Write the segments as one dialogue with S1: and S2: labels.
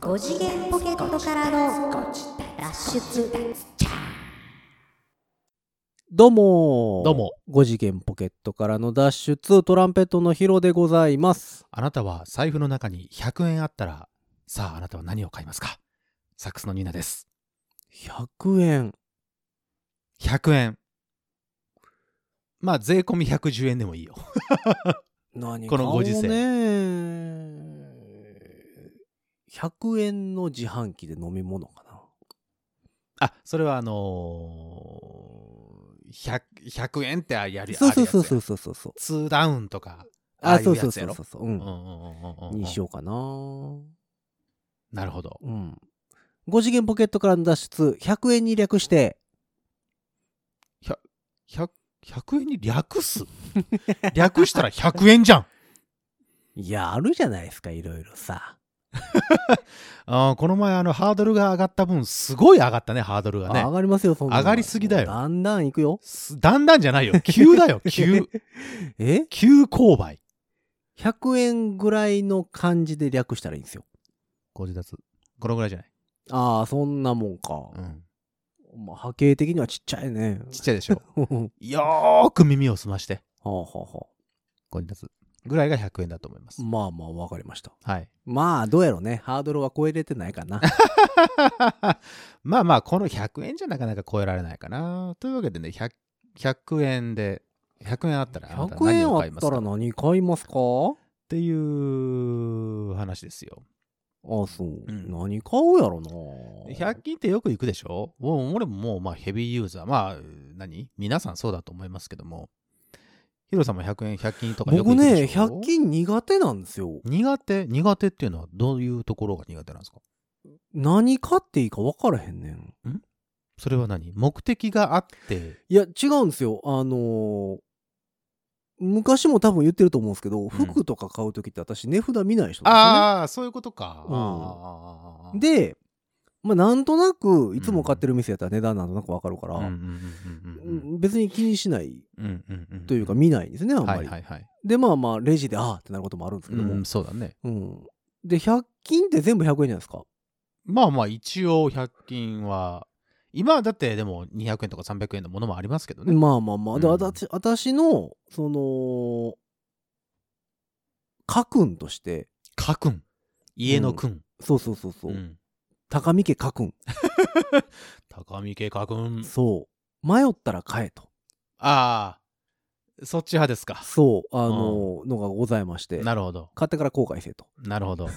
S1: 5次元ポケットからの脱出
S2: どうもー
S3: どうも、
S2: 5次元ポケットからの脱出トランペットのヒロでございます
S3: あなたは財布の中に100円あったら、さああなたは何を買いますかサックスのニーナです。
S2: 100円
S3: 100円。まあ、税込み110円でもいいよ。
S2: 何
S3: このご時
S2: 買
S3: 世
S2: おうねー100円の自販機で飲み物かな
S3: あ、それはあのー、100, 100円ってあやるやつ
S2: そ
S3: や
S2: うそうそうそうそうそうそう
S3: ツーダウンとか、
S2: あ
S3: ああい
S2: そううそ
S3: や
S2: う
S3: つ
S2: そ
S3: や
S2: う
S3: ろ
S2: そうそうう
S3: うん
S2: ん
S3: うんうんうんうん
S2: にしようかなー
S3: なるほど。
S2: うん5次元ポケットからの脱出100円に略して
S3: 100, 100円に略す略したら100円じゃん
S2: いやあるじゃないですかいろいろさ
S3: あーこの前あのハードルが上がった分すごい上がったねハードルがね
S2: あ上がりますよそんなの
S3: 上がりすぎだよ
S2: だんだんいくよ
S3: すだんだんじゃ ないよ。急だよ。急。
S2: え
S3: 急勾配。
S2: 100円ぐらいの感じで略したらいいんですよ。
S3: ご自立。このぐらいじゃない。
S2: ああ、そんなもんか。
S3: うん。
S2: まあ、波形的にはちっちゃい ね。
S3: ちっちゃいで しょ。
S2: ほほ
S3: よーく耳を澄まして。
S2: ほほほ
S3: ご自立。ぐらいが100円だと思います。
S2: まあまあ、わかりました。
S3: はい。
S2: まあ、どうやろね。ハードルは超えれてない かな。
S3: まあまあ、この100円じゃなかなか超えられないかな。というわけでね、100, 100円で、100円あったらあなた
S2: 100
S3: 何
S2: 円
S3: を
S2: あ
S3: 買い
S2: っ
S3: ます
S2: た
S3: からっ
S2: 何買いますか
S3: ていう話ですよ。
S2: ああ、そう。
S3: うん
S2: 何買うやろな。
S3: 100均ってよく行くでしょもう俺ももうまあヘビーユーザー。まあ、何皆さんそうだと思いますけども。ヒロさんも100円、100均とかよく
S2: 僕
S3: 行くでし
S2: ね、
S3: ょ
S2: 100均苦手なんですよ。
S3: 苦手苦手っていうのはどういうところが苦手なんですか
S2: 何買っていいか分からへんねん。
S3: それは何目的があって。
S2: いや、違うんですよ。あのー昔も多分言ってると思うんですけど、服とか買う時って私値札見ない人なん
S3: ああ、そういうことか。
S2: うん
S3: あー
S2: ですよね。で、まあ、なんとなく、いつも買ってる店やったら値段なんとなくわかるから、
S3: うんうん
S2: うん別に気にしない
S3: うんうんうんうんうん
S2: というか見ないんですね、あんま
S3: は
S2: り。
S3: いはいはい。
S2: で、まあまあ、レジで、あーってなることもあるんですけども。う
S3: うんん、そうだね。
S2: で、100均って全部100円じゃないですか。
S3: まあまあ、一応100均は、今はだってでも200円とか300円のものもありますけどね。
S2: まあまあまあ。で、
S3: うん
S2: あたし私の、その、家訓として、
S3: かくん。家のくん。
S2: そうそうそうそう、
S3: うん
S2: 高見家家訓。
S3: 高見家かくん。
S2: そう。迷ったら買えと。
S3: ああ、そっち派ですか。
S2: そう、あの、のがございまして。
S3: なるほど。
S2: 買ってから後悔せと。
S3: なるほ ど。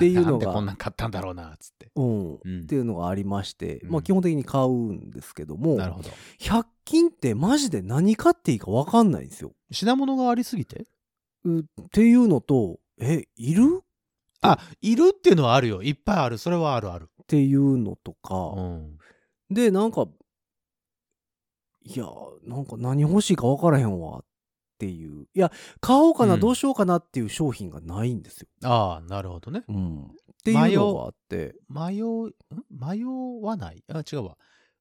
S2: ていうのが
S3: なんでこんなん買ったんだろうな、つって。
S2: うん。っ
S3: うん
S2: ていうのがありまして、
S3: うん
S2: まあ基本的に買うんですけども、
S3: なるほど。
S2: 100均ってマジで何買っていいか分かんないんですよ。
S3: 品物がありすぎて
S2: っていうのと、え、いる
S3: あ、いるっていうのはあるよ。いっぱいある。それはあるある。
S2: っていうのと
S3: う
S2: か、
S3: ん。
S2: で、なんか、いや、なんか何欲しいか分からへんわっていう。いや、買おうかな、
S3: うん
S2: どうしようかなっていう商品がないんですよ。
S3: ああ、なるほどね。
S2: うん。っていうのがあって、
S3: 迷う、ん迷わないあ、違うわ。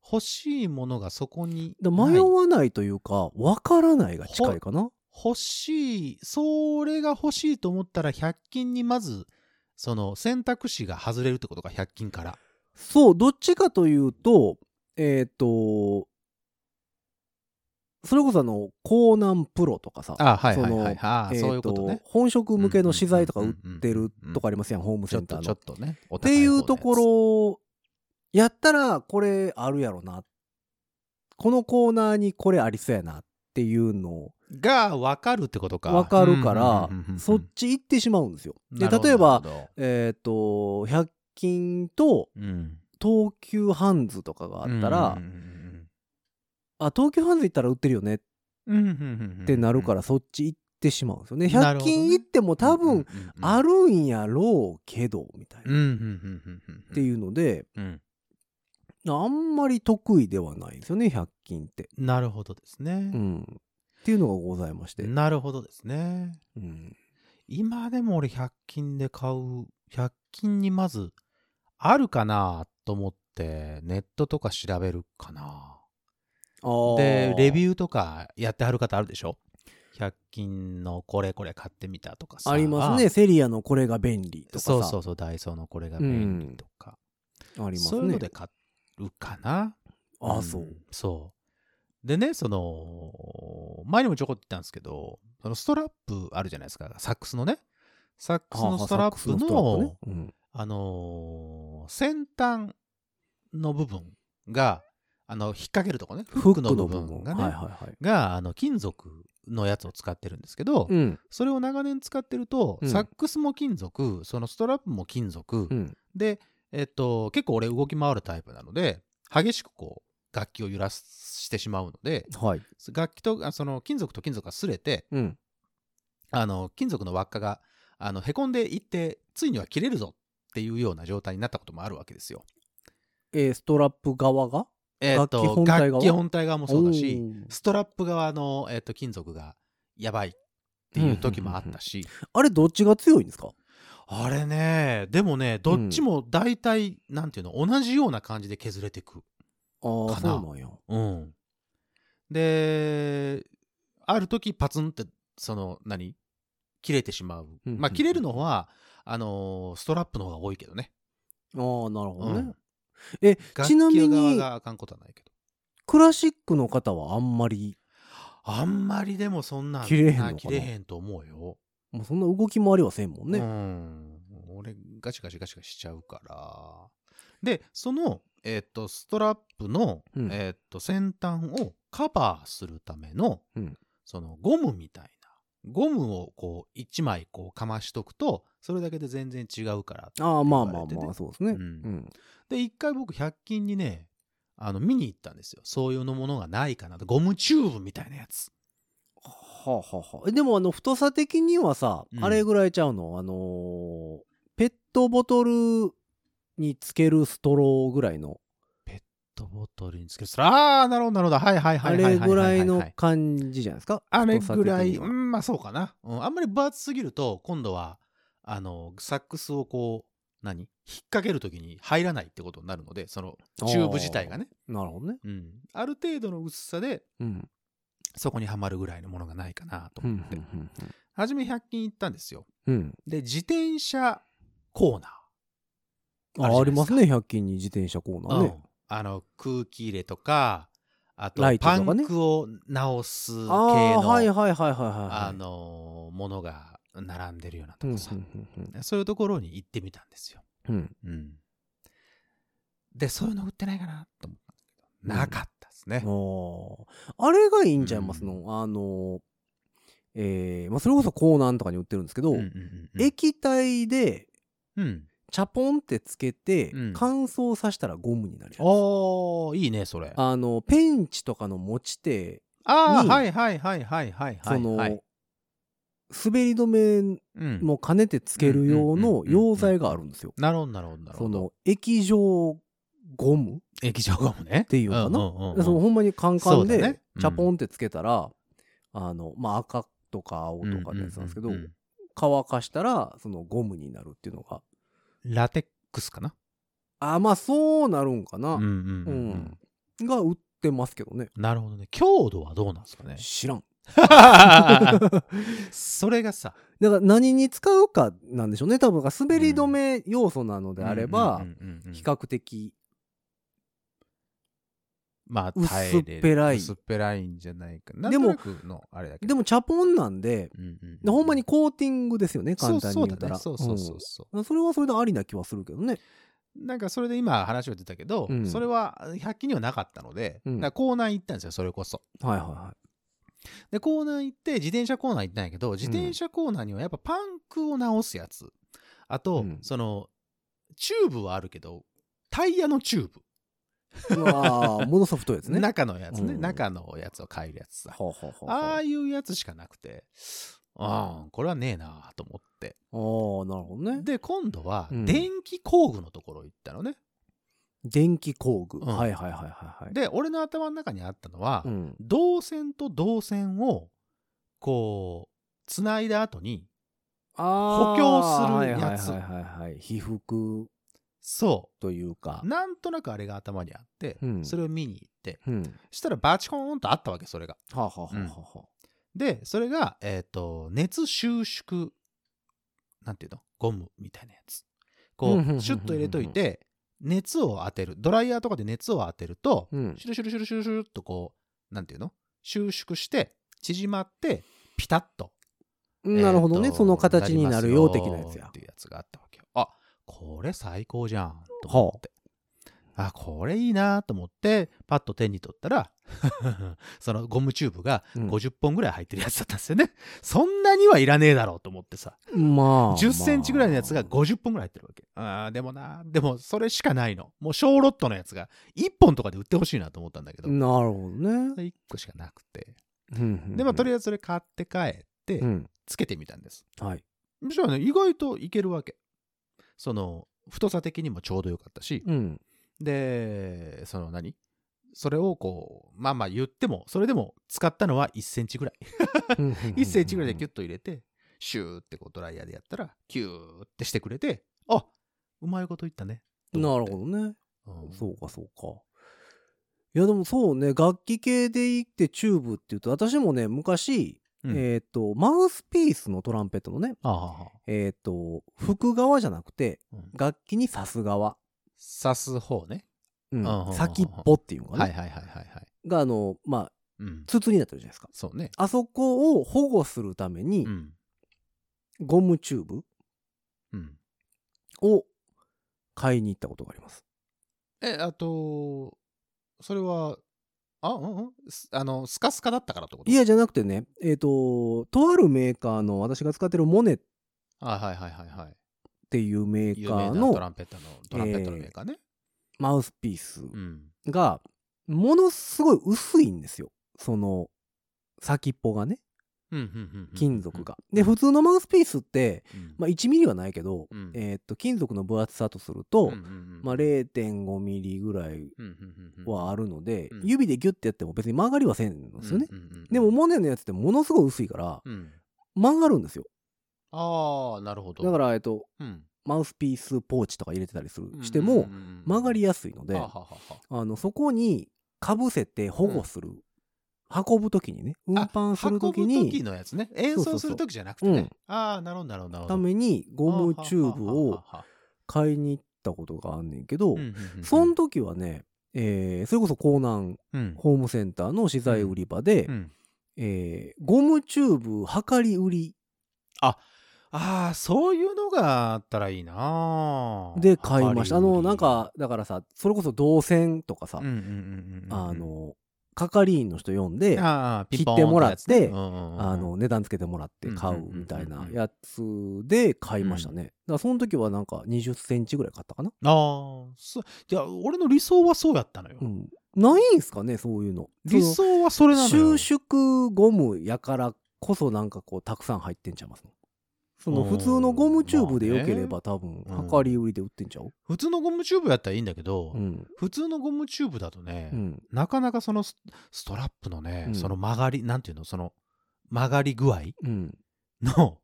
S3: 欲しいものがそこに
S2: だ
S3: ない。
S2: 迷わないというか、わからないが近いかな。
S3: 欲しい、それが欲しいと思ったら100均にまず、その選択肢が外れるってことか、100均から。
S2: そう、どっちかというと、えっ、と、それこそあの、コーナンプロとかさ、
S3: あはい
S2: そ
S3: はい
S2: の
S3: はい。ああ、
S2: えー
S3: そういうことね。
S2: 本職向けの資材とか売ってるとかありますやん、ホーム
S3: ち
S2: セ
S3: ょっ
S2: ンタ
S3: と
S2: ー
S3: ち
S2: の。
S3: ょ
S2: っ
S3: っとね。って
S2: いうところ、やったら、これあるやろな。このコーナーにこれありそうやなっていうのを
S3: が分かるってことか。
S2: わかるから
S3: うんうんうんうんう、ん
S2: そっち行ってしまうんですよ。で、
S3: なるほど
S2: 例えば、、
S3: なるほど
S2: えっ、と、100均と
S3: うん、
S2: 東急ハンズとかがあったら、あ東急ハンズ行ったら売ってるよねっ
S3: って
S2: なるから、そっち行ってしまうんですよね。
S3: なる
S2: 100
S3: ほどね
S2: 均行っても多分あ
S3: る
S2: るんやろうけどみたいな、っ
S3: って
S2: いうので
S3: うん
S2: あんまり得意ではないんですよね100均って、
S3: なるほどです
S2: う
S3: ね。
S2: ん。っていうのがございまして、
S3: なるほどですね。
S2: うん
S3: 今でも俺100均で買う100均にまずあるかなと思ってネットとか調べるかな。でレ
S2: ュー
S3: ビューとかやってはる方あるでしょ100均のこれこれ買ってみたとかさ
S2: ありますねセリアのこれが便利とかさ
S3: そうそうそうダイソーのこれが便利とか、
S2: ありますね
S3: そういうので買うかな
S2: あ
S3: ん
S2: そう、
S3: そうでねその前にもちょこっと言ったんですけどそのストラップあるじゃないですかサックスのねサックスのストラップ
S2: サックスの
S3: の
S2: ストラップね
S3: あのー先端の部分があの引っ掛けるとこね
S2: うん
S3: フックの部分がね、
S2: はいはいはい
S3: があの金属のやつを使ってるんですけど、
S2: うん
S3: それを長年使ってると、
S2: うん
S3: サックスも金属そのストラップも金属、
S2: うん
S3: で、えっと、結構俺動き回るタイプなので激しくこう楽器を揺らしてしまうので
S2: はい
S3: 楽器とあその金属と金属が擦れて
S2: うん
S3: あの金属の輪っかがあのへこんでいってついには切れるぞっていうような状態になったこともあるわけですよ。
S2: えーストラップ側が
S3: えっ
S2: 楽器
S3: と
S2: 本体側
S3: 楽器本体側もそうだし
S2: おー
S3: ストラップ側の、えっと金属がやばいっていう時もあったし、
S2: あれどっちが強いんですか
S3: あれねでもねどっちも大体、なんていうの同じような感じで削れてく。
S2: ああ
S3: か
S2: そ
S3: な
S2: うなんや
S3: うん、である時パツンってその何切れてしまう、
S2: うん
S3: まあ切れるのはあのーストラップの方が多いけどね、
S2: ああなるほどね、
S3: うん
S2: えちなみ
S3: 楽器側
S2: に
S3: があかんことはないけど
S2: クラシックの方はあんまり
S3: あんまりでもそんなん
S2: 切れへんのかな
S3: あ切れへんと思うよ、
S2: もうそんな動き回りはせんもん
S3: う
S2: ね、
S3: ん俺ガチガチガチガチしちゃうからでそのえっとストラップの、
S2: うん
S3: えっと先端をカバーするための、
S2: うん
S3: そのゴムみたいなゴムをこう一枚こうかましとくとそれだけで全然違うからって
S2: ああまあまあ
S3: 言われて
S2: ま
S3: ね
S2: あそうですね、
S3: う
S2: うんん
S3: で一回僕100均にねあの見に行ったんですよそういうのものがないかなとゴムチューブみたいなやつ
S2: はあはあはあえでもあの太さ的にはさ、
S3: うん
S2: あれぐらいちゃうのあのーペットボトルにつけるストローぐらいの
S3: ペットボトルにつけるああなるほどなるほどはいはいは
S2: あ
S3: いはい
S2: れ
S3: は
S2: ぐらい
S3: は
S2: の
S3: はは
S2: 感じじゃないですか
S3: あれぐらい、
S2: 太さ的には
S3: うん、まあそうかな。うん、あんまり分厚すぎると、今度は、あの、サックスをこう、何引っ掛けるときに入らないってことになるので、そのチューブ自体がね。
S2: なるほどね
S3: うん。ある程度の薄さで、
S2: うん
S3: そこにはまるぐらいのものがないかなと
S2: う
S3: 思
S2: ん
S3: っ
S2: う
S3: て。
S2: んうん
S3: はじめ100均行ったんですよ。
S2: うん
S3: で、自転車コーナー。
S2: あ
S3: あるじゃないですか
S2: ありますね100均に自転車コーナー
S3: う
S2: ね
S3: ん、あの、空気入れとか、あと
S2: ラ、イトと
S3: パ
S2: か
S3: ン
S2: ね
S3: クを直す系
S2: ああはい
S3: の、
S2: はいはいはいはい
S3: あ
S2: はい
S3: の、ものが並んでるような
S2: う
S3: と
S2: んう
S3: こ
S2: ん
S3: さ。
S2: うん
S3: そういうところに行ってみたんですよ。
S2: うんうん
S3: うん。で、そういうの売ってないかなと思ったんだけど、
S2: うん
S3: なかったですね。
S2: あああれがいいんちゃいますの、
S3: う
S2: あのえーまあ、それこそコーナーとかに売ってるんですけど、
S3: うんうんうんうん
S2: 液体で
S3: うん。
S2: チャポンってつけて
S3: うん
S2: 乾燥させたらゴムになるやつ、
S3: おー、いいね、それ。あ
S2: あのペンチとかの持ち手、
S3: あー、
S2: に
S3: はいはいはいはいはいはい。
S2: その、
S3: はい、
S2: 滑り止め
S3: うん。
S2: も兼ねてつける用の溶剤があるんですよ。
S3: なるほどなるほどなる
S2: そ
S3: ほど。
S2: の液状ゴム
S3: 液状ゴムね。って
S2: いうかなそのほんまにカンカ
S3: そう
S2: ン
S3: だね
S2: で
S3: うん
S2: チャポンってつけたら、あのまあ赤とか青とかのやつなんですけど、
S3: ううう
S2: 乾かしたらそのゴムになるっていうのが
S3: うんラテックスかな。
S2: あまあそうなるんかな、
S3: うんうんう
S2: うん
S3: うん
S2: んが売ってますけどね。
S3: なるほどね。強度はどうなんですかね
S2: 知らん
S3: それがさ、
S2: だから何に使うかなんでしょうね多分滑り止め要素なのであれば
S3: うんうんうんうん
S2: 比較的
S3: まあ、
S2: 薄っ
S3: 耐えれる
S2: ぺらい
S3: 薄っぺらいんじゃないかな。
S2: でも
S3: なんとなくのあれだけど
S2: でもチャポンなんで
S3: うんうんう
S2: でほんまにコーティングですよね簡単に言ったら
S3: そうそうだねそうそうそうそう
S2: うんそれはそれでありな気はするけどね
S3: なんかそれで今話を出たけど、
S2: うん
S3: それは100均にはなかったので、
S2: うん
S3: だからコーナー行ったんですよそれこそ
S2: はいはいは
S3: でコーナー行って自転車コーナー行ったんやけど自転車コーナーにはやっぱパンクを直すやつあ
S2: う
S3: と、
S2: ん
S3: そのチューブはあるけどタイヤのチューブ、
S2: いう わーものソフトですね
S3: 中のやつね、
S2: うん
S3: 中のやつを変えるやつさ
S2: ほうほうほうほう
S3: ああいうやつしかなくてああこれはねえなと思って
S2: あーなるほどね
S3: で今度は
S2: うん
S3: 電気工具のところ行ったのね、
S2: 電気工具、
S3: うん
S2: はいはいはいはいはい
S3: で俺の頭の中にあったのは、
S2: うん
S3: 銅線と銅線をこうつないだ後に
S2: 補
S3: 強するやつ
S2: はいはいはいはい、はい、被覆
S3: そ
S2: というか
S3: う、なんとなくあれが頭にあって、
S2: うん
S3: それを見に行って
S2: うん、は
S3: そしたらバチコーンとあったわけそれが
S2: あ、はあはあはあはあ
S3: で、それが、えっ、と、熱収縮、なんていうのゴムみたいなやつ。
S2: うん
S3: こ
S2: うんうんうんうん
S3: う、シュッと入れといて、熱を当てる。ドライヤーとかで熱を当てると、
S2: うん
S3: シュルシュルシュルシュルシュルっとこう、なんていうの収縮して、縮まって、ピタッと。
S2: なるほどね、
S3: えーと
S2: その形になるよう的なやつ
S3: りますよ
S2: や
S3: っていうやつがあったわけよ。あ、これ最高じゃん。と
S2: は
S3: 思って。あ、これいいなと思って、パッと手に取ったら、 そのゴムチューブが
S2: うん
S3: 50本ぐらい入ってるやつだったんですよね。そんなにはいらねえだろうと思ってさ。
S2: あまあ
S3: 10センチぐらいのやつが
S2: まあ
S3: 50本ぐらい入ってるわけ。あーでもな、でもそれしかないの。もう小ロットのやつが1本とかで売ってほしいなと思ったんだけど、
S2: なるほどね
S3: 1個しかなくて。
S2: うんうんうん
S3: で、まあとりあえずそれ買って帰って
S2: う、ん
S3: つけてみたんです。
S2: はい
S3: むしろね、意外といけるわけ。その、太さ的にもちょうどよかったし、
S2: うん
S3: で、その何それをこう、まあまあ言っても、それでも使ったのは1センチぐらい。1センチぐらいでキュッと入れて、シューってこうドライヤーでやったら、キューってしてくれて、あうまいこと言ったね。と
S2: な
S3: 思
S2: る
S3: っ
S2: ほ
S3: て
S2: どね
S3: うん
S2: そうかそうか。いやでもそうね楽器系でいってチューブっていうと私もね昔、
S3: うん
S2: えっ、とマウスピースのトランペットのね
S3: ああ、
S2: えっ、と吹く側じゃなくて
S3: うん
S2: 楽器に刺す側、
S3: 刺す方ね。
S2: うん
S3: あはは
S2: 先っぽっていうのかな、
S3: はいはいはいはいはい。
S2: があのまあ
S3: うん。
S2: 筒になってるじゃないですか。
S3: そうね。
S2: あそこを保護するために
S3: うん。
S2: ゴムチューブ
S3: うん。
S2: を買いに行ったことがあります。
S3: え、あと、それは、あ、うんうん、すあの、スカスカだったからってこと
S2: いやじゃなくてねえっ、ととあるメーカーの私が使ってるモネっ
S3: はいはいはいはいはい。
S2: ていうメー
S3: 有
S2: カー
S3: 名な
S2: の
S3: トランペットの、トランペットのメーカーね。
S2: マウスピース
S3: うん。
S2: がものすごい薄いんですよその先っぽがね
S3: うんうんうんうん
S2: 金属が。で普通のマウスピースって、
S3: うん
S2: まあ、1ミリはないけど、
S3: うん
S2: えーっと金属の分厚さとすると、
S3: うんうんうん
S2: まあ、0.5ミリぐらい
S3: うんうんうんうん
S2: はあるので、
S3: うん
S2: 指でギュッてやっても別に曲がりはせんんですよね。
S3: うんうんうんうん
S2: でもモネのやつってものすごい薄いから
S3: うん
S2: 曲がるんですよ。
S3: ああ、なるほど。、
S2: だからら、えっと、マウスピースポーチとか入れてたりする、しても曲がり
S3: や
S2: やすいので、
S3: はははは
S2: あのそこにかぶせて保護する、運ぶ時にね運
S3: あ
S2: 搬する時
S3: 運ぶ時
S2: に
S3: のやつね。演奏する時じゃなくて
S2: そうそう
S3: ね。ああ、なるほど、なるほど、なるほど。
S2: ためにゴムチューブを
S3: ははははは、
S2: 買いに行ったことがあんねんけど、
S3: うんうんうんうん
S2: その時はね、えーそれこそ江南
S3: うん
S2: ホームセンターの資材売り場で、
S3: うん
S2: えーゴムチューブ量り売り
S3: ああ、そういうのがあったらいいな
S2: で買いましたあのなん、
S3: は
S2: かだからさそれこそ銅線とかさ、
S3: かり売りうんうんうんうんうん
S2: あ、の係員の人呼んで、
S3: ああピンポーン
S2: 切ってもらって
S3: やつねうんうんうん
S2: あの値段つけてもらって買うみたい
S3: うんうんうん
S2: な
S3: うんうん
S2: やつで買いましたね。だからその時はなんか20センチぐらい買ったかな。
S3: ああ、そう。いや、俺の理想はそうやったのよ。
S2: うん、ないんすかねそういうの。
S3: 理想はそれなのよ。
S2: 収縮ゴムやからこそなんかこうたくさん入ってんちゃいますのその
S3: うん
S2: 普通のゴムチューブで
S3: まあね
S2: よければ多分
S3: うん
S2: 量り売りで売ってんちゃう
S3: 普通のゴムチューブやったらいいんだけど、
S2: うん。
S3: 普通のゴムチューブだとね、
S2: うん。
S3: なかなかそのスストラップのね、
S2: うん
S3: その曲がり、なんていうの、その曲がり具合
S2: うん。
S3: の、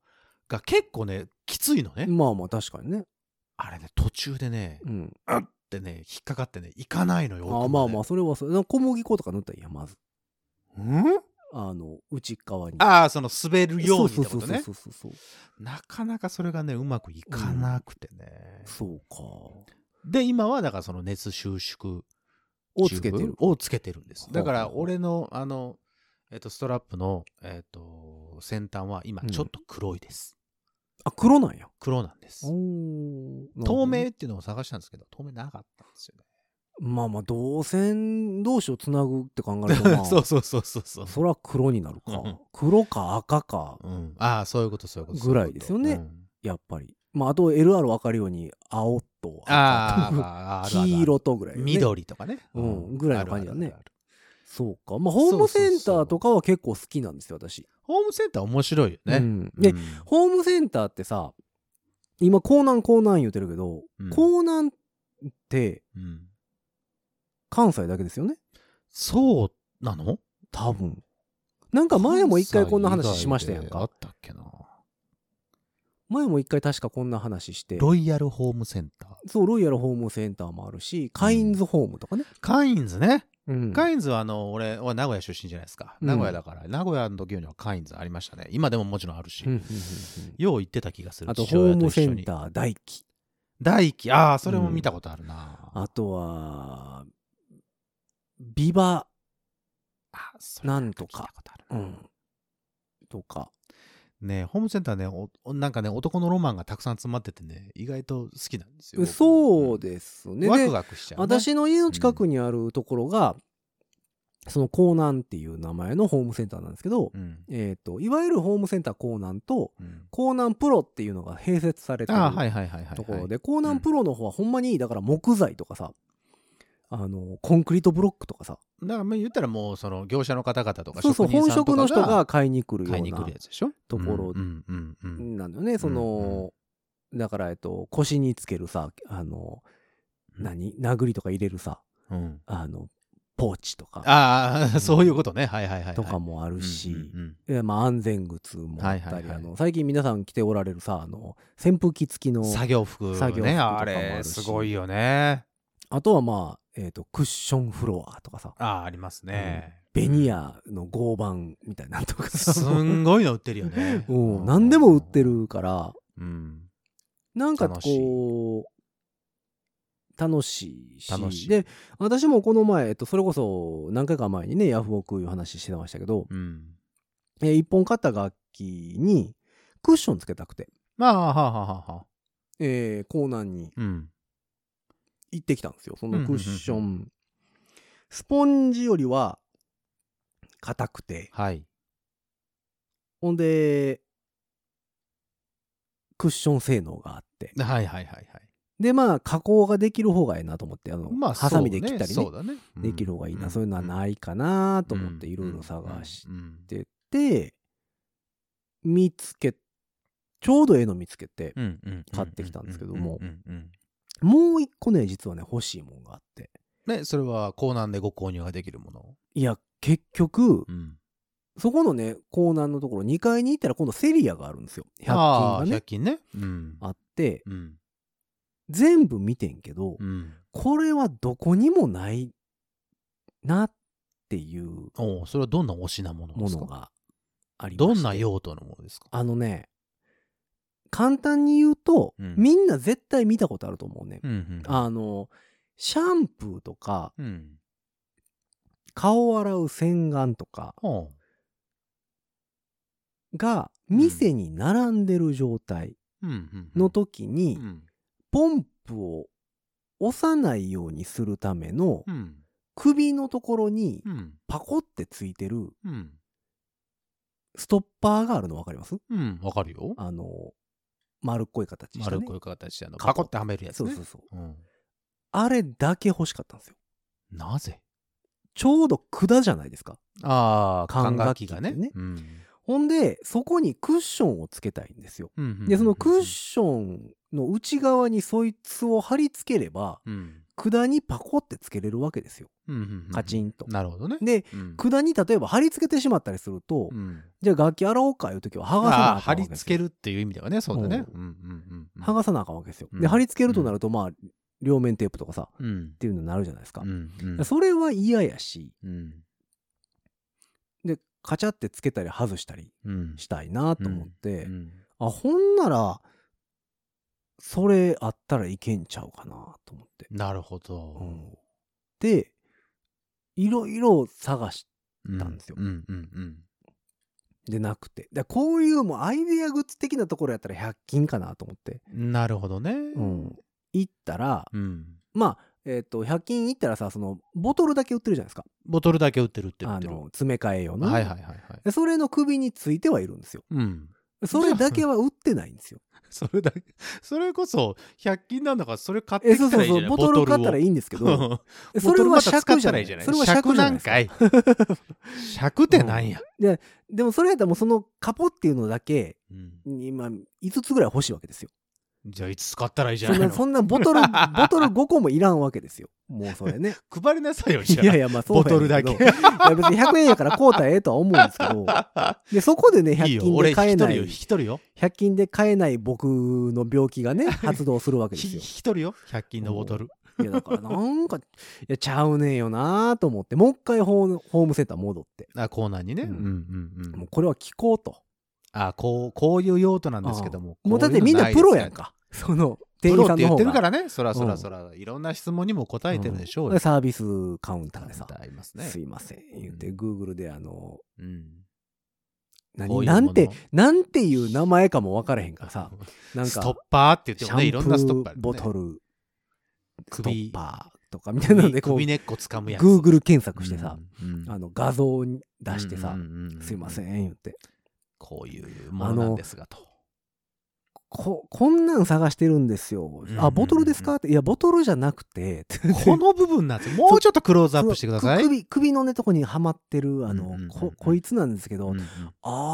S3: が結構ね、きついのね。
S2: まあまあ確かにね。
S3: あれね、途中でね、っ
S2: うん。
S3: てね、引っかかってね、いかないのよ。
S2: ああまあまあ
S3: あ。
S2: それはそれ。小麦粉とか塗ったらいいやんまず。
S3: うん、
S2: あの内側に。
S3: ああ、その滑るようにって
S2: そう
S3: こ
S2: そう
S3: とね
S2: そ。うそうそう。
S3: なかなかそれがね、うまくいかなくてね。
S2: そうか。
S3: で、今はだからその熱収縮
S2: をつけてる。
S3: をつけてるんで
S2: ほ
S3: す
S2: うほう
S3: だから俺のあの、えっとストラップの、えっと先端は今
S2: うん
S3: ちょっと黒いです、
S2: あ、黒なんや。
S3: 黒なんです
S2: お
S3: 透明っていうのを探したんですけど透明なかったんですよね、
S2: まあまあ、銅線同士をつなぐって考える と、まあ、
S3: そうそうそうそうそう
S2: そら黒になる
S3: うんう
S2: か
S3: ん。
S2: 黒か赤か、
S3: うん、ああそういうことそういうこと
S2: ぐらいですよね
S3: そういうこと
S2: やっぱり。まあ、あと LR 分かるように、青と
S3: うんあー
S2: 赤
S3: あーあ
S2: と、
S3: るあるある
S2: 黄色とぐらい、ね。。
S3: 緑とかね、
S2: うんぐらいの感じだね
S3: あるあるある
S2: そうか。まあ、ホームセンターとかは結構好きなんですよ、私。
S3: ホームセンター面白いよね、
S2: うんで、
S3: うん
S2: ホームセンターってさ、今、江南、江南言うてるけど、
S3: うん
S2: 江南って
S3: うん
S2: 関西だけですよね。
S3: そうなの
S2: 多分。なんか前も一回こんな話しましたやん
S3: 関西以外であ
S2: か
S3: っ。たっけな
S2: 前も一回確かこんな話して、
S3: ロイヤルホームセンター。
S2: そう、ロイヤルホームセンターもあるし、カインズホームとかね。
S3: カインズね。
S2: うん
S3: カインズはあの、俺、俺名古屋出身じゃないですか。
S2: うん
S3: 名古屋だから、名古屋の時にはカインズありましたね。今でももちろんあるし。
S2: うんうんうん
S3: よう行ってた気がす
S2: うん
S3: る。
S2: あと、
S3: 父
S2: ホ
S3: 親
S2: ーム
S3: 一
S2: セ
S3: 緒
S2: ン
S3: に。
S2: ター大輝。
S3: 大輝。ああ、それも見たことあるな。
S2: あとは、ビバ、
S3: あそれ
S2: なんとか
S3: 見た。ことある
S2: うん。とか。
S3: ねホームセンターねお、おなんかね、男のロマンがたくさん詰まっててね、意外と好きなんですよ。
S2: そう
S3: で
S2: ですね。
S3: ワ
S2: で
S3: クワクしちゃう、ね。
S2: 私の家の近くにあるところが、その江南っていう名前のホームセンターなんですけど、
S3: うん。
S2: えっと、いわゆるホームセンター江南と、
S3: うん
S2: 江南プロっていうのが併設されてる
S3: ああ、はいはいはいはいはい。
S2: ところで、江南プロの方はほんまに、だから木材とかさ、あの、コンクリートブロックとかさ、
S3: だからまあ言ったらもうその業者の方々とか
S2: そうそう、
S3: 職人
S2: 本
S3: さんと
S2: 職
S3: か
S2: の人が買いに来るよ
S3: 買いうに来
S2: な
S3: るやつでしょ
S2: ところ
S3: うんうんうんうん
S2: なんだよね、その、だから、えっと、腰につけるさ、あの、
S3: うん
S2: 何殴りとか入れるさ、
S3: うん
S2: あの、ポーチとか、
S3: あ
S2: うん
S3: あそういうことねはいはいはいはい
S2: とかもあるし、
S3: うんうん
S2: えまあ安全靴もあったり、
S3: はいはいはい
S2: あの最近皆さん着ておられるさあの扇風機付き
S3: う
S2: の
S3: ん作業服ね
S2: 作業服とかもあ
S3: あ
S2: るし
S3: れすごいよね
S2: あとはまあ、えー、とクッションフロアとかさ
S3: ああありますね
S2: ベニヤの合板みたいなのとかさ
S3: すんごいの売ってるよね
S2: うん何でも売ってるから
S3: うん
S2: なんか
S3: 楽しい
S2: こう楽しいし
S3: 楽しい
S2: で私もこの前、えっと、それこそ何回か前にねヤフオクいう話してましたけど、
S3: うん
S2: えー一本買った楽器にクッションつけたくて、
S3: まあはあはあはあはあ
S2: えー、コーナーに
S3: うん
S2: 行ってきたんですよそ
S3: うん
S2: の
S3: うんうん
S2: ク
S3: うん
S2: ッションスポンジよりは硬くて
S3: はい
S2: ほんでクッション性能があって
S3: はいはいはいはい
S2: でまあ加工ができる方がいいなと思ってあの、
S3: まあ
S2: ハサミで切ったり
S3: そ
S2: ね
S3: うだね
S2: できる方がいいな、そういうのは
S3: っ
S2: ないかなと思っていろいろ探し
S3: うん
S2: てて、見つけちょうどええの見つけて、
S3: うんうん
S2: 買ってきたんですけど
S3: うう
S2: も
S3: うんうん
S2: もう一個ね実はね欲しいもんがあって
S3: ね、それはコーナーでご購入ができるもの。
S2: いや結局
S3: うん。
S2: そこのね、コーナーのところ、2階に行ったら今度セリアがあるんですよ。100均
S3: あ
S2: が
S3: あ
S2: ね
S3: 100、均ね。うん。
S2: あって、
S3: うん。
S2: 全部見てんけど、
S3: うん。
S2: これはどこにもないなっていう
S3: おうそれはどんなお品物で
S2: も
S3: す
S2: の
S3: か
S2: がありまし
S3: ど
S2: て
S3: んな用途のものですか
S2: あのね、簡単に言うと、
S3: うん
S2: みんな絶対見たことあると思うね。
S3: うんうん。
S2: あの、シャンプーとか、
S3: うん。
S2: 顔を洗う洗顔とか
S3: おう
S2: が、店に並んでる状態
S3: うんうん。
S2: の時に、
S3: うん。
S2: ポンプを押さないようにするための
S3: うん。
S2: 首のところに
S3: うん。
S2: パコってついてる
S3: うん。
S2: ストッパーがあるの分かります
S3: うん。わかるよ。
S2: あの丸っこい形した、ね、
S3: 丸っこい形であの、
S2: カゴ
S3: パコってはめるやつ
S2: そう
S3: ね。
S2: そうそう
S3: うん。
S2: あれだけ欲しかったんですよ
S3: なぜ
S2: ちょうど管じゃないですか
S3: ああ、
S2: 管
S3: 管
S2: 楽
S3: 楽
S2: 器
S3: 器
S2: が
S3: が
S2: ね
S3: ね。うん。
S2: ほんでそこにクッションをつけたいんですよ
S3: うんうん
S2: でそのクッションの内側にそいつを貼り付ければ
S3: うん。
S2: 管にパコってつけれるわけですよ
S3: うんうんうん。
S2: カチンと
S3: なるほどね。
S2: で
S3: うん
S2: 管に例えば貼り付けてしまったりすると、
S3: うん。
S2: じゃあ楽器洗おうかいう時は剥がさなあかん
S3: ああ
S2: わ
S3: 貼
S2: け
S3: り
S2: です
S3: 付
S2: よ
S3: けるっていう意味ではね、そうだね。
S2: う
S3: うんうんうん。
S2: 剥がさなあかんわけですよ、
S3: うん
S2: で貼り付けるとなるとまあ両面テープとかさっ
S3: うん。
S2: ていうのになるじゃないですか
S3: う、んうん
S2: それは嫌やし
S3: うん
S2: でカチャってつけたり外したり
S3: うん
S2: したいなと思って、
S3: うん
S2: あほんならそれあったらいけんちゃうかなと思って、
S3: なるほ
S2: う
S3: ど。
S2: んでいろいろ探し
S3: うん
S2: たんですよ
S3: うんうんうん。
S2: でなくてでこういうもうアイデアグッズ的なところやったら100均かなと思って、
S3: なるほどね。う
S2: うん行ったら
S3: ん。
S2: まあ、えっ、と、100均行ったらさ、その、ボトルだけ売ってるじゃないですか。
S3: ボトルだけ売ってるって売
S2: あ
S3: ってる。は
S2: の、詰め替え用
S3: い
S2: の。
S3: はいはいはい。
S2: でそれの首についてはいるんですよ。
S3: うん。
S2: それだけは売ってないんですよ。
S3: それだけ、それこそ、100均なんだから、それ買って
S2: え、
S3: き
S2: そうそ
S3: たら
S2: う
S3: いい
S2: そ
S3: じゃ
S2: う、
S3: ない
S2: ボトル買ったらい
S3: い。
S2: いんですけ
S3: ボト
S2: ど、
S3: ルを
S2: それは
S3: ボトルまた使
S2: 尺
S3: っ
S2: じゃな
S3: たらい
S2: い。
S3: いじゃない。
S2: それは尺じゃな
S3: な
S2: いで
S3: ん
S2: すか
S3: かい。 尺ってなんや。
S2: でもそれやったらもうそのカポっていうのだけ、
S3: うん
S2: 今、5つぐらい欲しいわけですよ。
S3: じゃあいつ使ったらいいじゃ
S2: そん
S3: ない
S2: な
S3: の
S2: そんなボ トルボトル5個もいらんわけですよもうそれね
S3: 配りなさいよ、
S2: い
S3: じゃあ
S2: やいやまあそう
S3: ボ
S2: やねん
S3: トルだ
S2: けど。
S3: け
S2: いや別に100円やから買うたらええとは思うんですけ どでそこでね
S3: いい
S2: 100
S3: よ、
S2: 均
S3: 俺
S2: で
S3: 引き
S2: 買えな
S3: 取る
S2: い
S3: よ、引き取るよ。
S2: 100均で買えない僕の病気がね発動するわけで
S3: ひ
S2: す
S3: 引
S2: よ
S3: き取るよ、100均のボトル。
S2: いやだからなんかいやちゃうねんよなと思ってもう一回ホームホームセンター戻って
S3: あ、コーナーにね。
S2: う
S3: う
S2: んん
S3: うんう
S2: も
S3: ん
S2: う。これは聞こうと
S3: あ、こう、こういう用途なんですけども。
S2: もうだ
S3: こ
S2: っ
S3: い
S2: て
S3: の
S2: みんな
S3: ない
S2: プ
S3: です
S2: ロ
S3: ね
S2: やん。かその店
S3: プ
S2: 員
S3: ロ
S2: さ
S3: っ
S2: ん
S3: て
S2: の方
S3: 言ってる
S2: が
S3: からね、そらそらそら、いろんな質問にも答えてるでしょう
S2: で
S3: よ。
S2: サービスカウンターでさ
S3: ありま
S2: 「
S3: すね
S2: す。いません」言って
S3: う
S2: Google であの
S3: うん。こう
S2: 何
S3: いうも
S2: な
S3: の
S2: んてなんていう名前かも分からへんからさなん
S3: ストッ
S2: か
S3: パーって言って
S2: シ
S3: もね、いろ
S2: ャン
S3: ん
S2: プ
S3: なストッパ
S2: ー
S3: ーあるね
S2: ボトルスト
S3: 首
S2: ッパーとかみたいなのでこう
S3: 首根っこ掴むやつ。
S2: Google 検索してさ、
S3: うん、うん
S2: あの画像に出してさ、すいませ
S3: ん。
S2: ん言って
S3: こういうものなんですがと。
S2: ここんなん探してるんですよ、
S3: うんうんうん
S2: あボトルですかっていやボトルじゃなくてって
S3: この部分なん ですよ。もうちょっとクローズアップしてください。
S2: 首首のねとこにはまってるあの、
S3: うんうんうんうん
S2: ここいつなんですけど、
S3: うんうん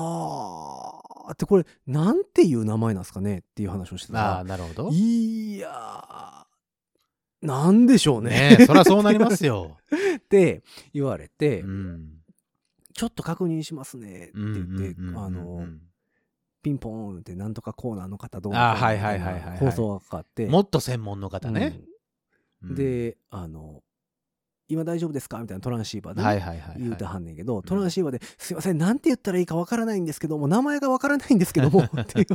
S2: あーってこれなんていう名前なんですかねっていう話をしてた
S3: ああ、
S2: ら
S3: なるほど。
S2: いやーなんでしょうね
S3: ねえ、そりゃそうなりますよ。
S2: って言われて、
S3: うん。
S2: ちょっと確認しますねって言って、あのピンポーンってなんとかコーナーの方どう
S3: あーはいはいはいはいはい
S2: 放送がかかって
S3: もっと専門の方ね。
S2: うん、、であの今大丈夫ですかみたいなトランシーバーでね、
S3: はいはいはい。
S2: 言うてはんねんけど、
S3: ん
S2: トランシーバーで「すいませんなんて言ったらいいかわからないんですけども名前がわからないんですけど も」ってい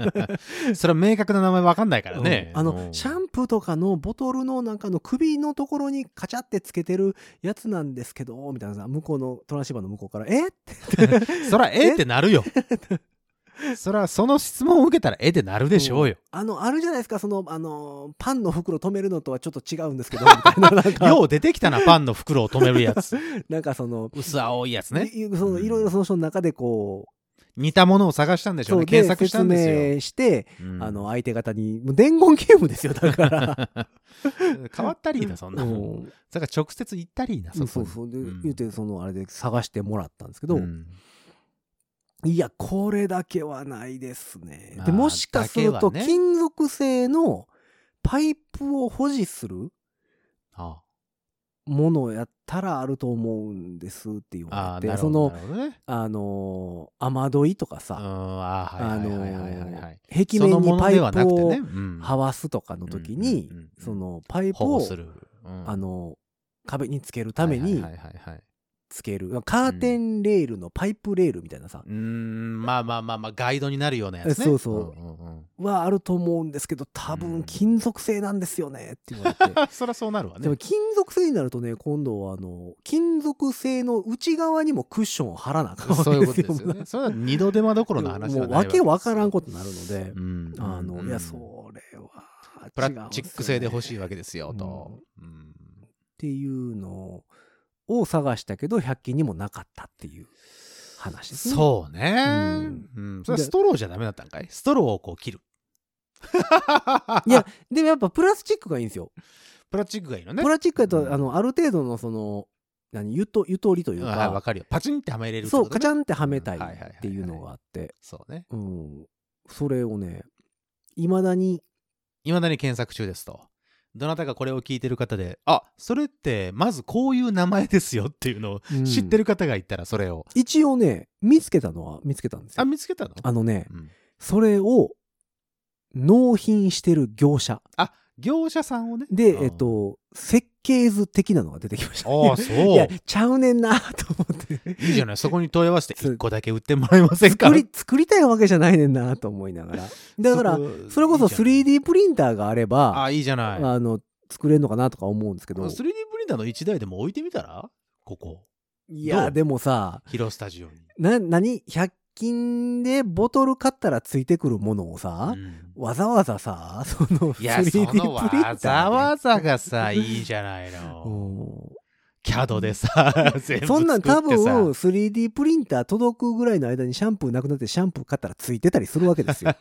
S2: う
S3: それは明確な名前わかんないからね。
S2: うんあのシャ
S3: ン
S2: ンプーとかのボトルのなんかの首のところにカチャってつけてるやつなんですけどみたいなさ向こうのトランシーバーの向こうから「えっ?」
S3: そら、ええってなるよ。 そら、その質問を受けたら、ええってなるでしょうよ。
S2: あのあるじゃないですかそのあのパンの袋止めるのとはちょっと違うんですけど みたいななんか
S3: よう出てきたな、パンの袋を止めるや つ。
S2: なんかその
S3: 薄青いやつね。
S2: いそのいろいろその人の中でこ
S3: 似たものを探したんで
S2: う
S3: しょうね。
S2: で
S3: 検索したんです
S2: 説
S3: よ。
S2: 明して、
S3: うん
S2: あの相 手方にもう伝言ゲームですよだから
S3: 変わったりーな、そんなもん。
S2: うん
S3: それから直接行ったりーな、
S2: そう
S3: こ
S2: そ
S3: に
S2: うそうで、
S3: ん
S2: 言うてそのあれで探してもらったんですけど、
S3: うん
S2: いやこれだけはないですね、
S3: まあ
S2: でもしかする
S3: だけ
S2: と
S3: はね
S2: 金属製のパイプを保持する
S3: あ
S2: ものやったらあると思うんですって言
S3: あ
S2: わ
S3: あ
S2: れ
S3: な
S2: て
S3: る
S2: そ
S3: ほど
S2: の
S3: なるほどね。
S2: あのー雨どいとか
S3: うん
S2: さ、
S3: あーはいはいはいはいはいはい。
S2: あのー壁
S3: その
S2: 面に
S3: もの
S2: パ
S3: で
S2: イ
S3: はな
S2: プ
S3: くて
S2: を
S3: ね、うん
S2: はわすとかの時に、
S3: うんうんうんうん
S2: そのパイプ
S3: 保護
S2: を
S3: するうん
S2: あの壁につけるために
S3: はいはいはいはいはい。
S2: つける、カーテンレールのパイプレールみたいなさ
S3: う、ーんまあまあまあまあガイドになるようなやつね。
S2: そうそう
S3: うんうんうん
S2: はあると思うんですけど多
S3: うん
S2: 分金属製なんですよねって言 われて。
S3: そりゃそうなるわ
S2: で
S3: ね
S2: も。金属製になるとね今度はあの金属製の内側にもクッションを貼らなあかんわ
S3: そう
S2: け
S3: いう
S2: で
S3: こ
S2: す
S3: と
S2: よ
S3: ですよね。それは二度手間どころの話で
S2: も
S3: は
S2: う
S3: ない
S2: 訳わからんこ
S3: こ
S2: とになるので
S3: と。、うん
S2: あのいや
S3: うん
S2: それは
S3: プラスチック製で欲しい
S2: わ
S3: わけですよと。うん
S2: っていうのを探したけど100均にもなかったっていう話ですね
S3: そうね。
S2: うん
S3: うんそれはストローじゃダメだったんかいストローをこう 切る。
S2: いやでもやっぱプラスチックがいいんですよ
S3: プラスチックがいいのね。
S2: プラスチックだ
S3: うん
S2: とあのある程度のその何ゆとゆとりという
S3: ああわ
S2: か
S3: かるよ。パチンってはめれるって
S2: そ
S3: こ
S2: う
S3: とね
S2: カチャンってはめたい
S3: うんはいはいはいはい
S2: っていうのがあって
S3: そうね。
S2: うんそれをねいまだに
S3: いまだに検索中ですと。どなたかこれを聞いてる方で、あそれってまずこういう名前ですよっていうのを知って
S2: る
S3: る方がいたらそれを。
S2: 一応ね見つけたのは見つけたんです
S3: あ、
S2: よ
S3: 見つけたの
S2: あのね
S3: うん
S2: それを納品してる業者
S3: あ業者さんをね。
S2: で
S3: うん
S2: えっ。と設計図的なのが出てきました
S3: あ あ、
S2: い
S3: そ
S2: や
S3: う。
S2: ちゃうねんなと思って
S3: いいじゃない。そこに問い合わせて
S2: そう
S3: 1個だけ売ってもらえませんか
S2: 作り作りたいわけじゃないねんなと思いながらだから
S3: こ
S2: それこそ
S3: いいじゃない
S2: 3D プリンターがあれば
S3: あ、いいじゃない。
S2: あの作れるのかなとか思うんですけ
S3: もう
S2: ど
S3: 3D プリンターの1台でも置いてみたらここ
S2: い
S3: どう
S2: やでもさ
S3: 広スタジオに、
S2: な何100均でボトル買ったらついてくるものをさ、
S3: うん
S2: わざわざさ その
S3: いや
S2: 3D
S3: そ
S2: プリンタ
S3: の
S2: ーで
S3: わざわざがさいいじゃないの
S2: うん
S3: き CAD でさ、全部
S2: そんなん
S3: 作
S2: 多
S3: ってさ
S2: 分 3D プリンター届くぐらいの間にシャンプーなくなってシャンプー買ったらついてたりするわけです よ。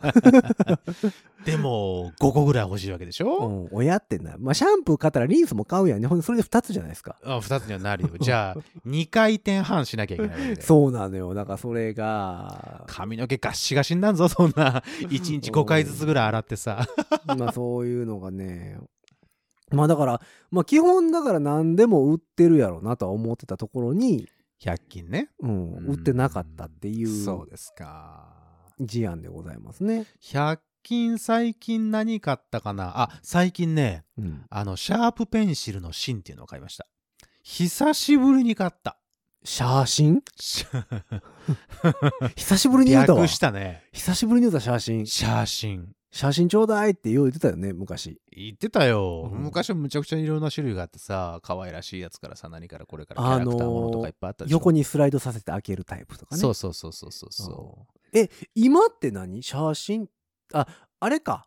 S3: でも、5個ぐらい欲しいわけでし
S2: う
S3: ょ、
S2: ん、親ってな。まあ、シャンプー買ったらリンスも買うやんね。ほんでそれで2つじゃないですか。
S3: あ2つにはなるよ。じ ゃあ、2回転半しなきゃいけないわけで。
S2: そうなのよ。だからそれが、
S3: 髪の毛ガッシガシになんぞ、そんな。1日5回ずつぐらい洗ってさ。
S2: まあそういうのがね。 まあだから、まあ基本だから何でも売ってるやろなとは思ってたところに、
S3: 100均ね。
S2: うん、売ってなかったってい
S3: そう
S2: う
S3: ですか。
S2: 事案でございますね。
S3: 100均最近何買ったかなあ、最近ね、
S2: うん、
S3: あの、シャープペンシルの芯っていうのを買いました。久しぶりに買った。
S2: 写 真
S3: シ
S2: 久しぶりに言うたわ。
S3: したね。
S2: 久しぶりに言うた写真。
S3: 写真。
S2: 写真ちょうだいってよう言ってたよね、昔。
S3: 言ってたよ、
S2: うん
S3: 昔はむちゃくちゃいろんな種類があってさ可愛らしいやつからさ何からこれからキャ
S2: あのー
S3: ラクターものとかいっぱいあったでしょ、
S2: 横にスライドさせて開けるタイプとかね。
S3: そうそうそうそうそうそ
S2: 今って何写真あ、あれか。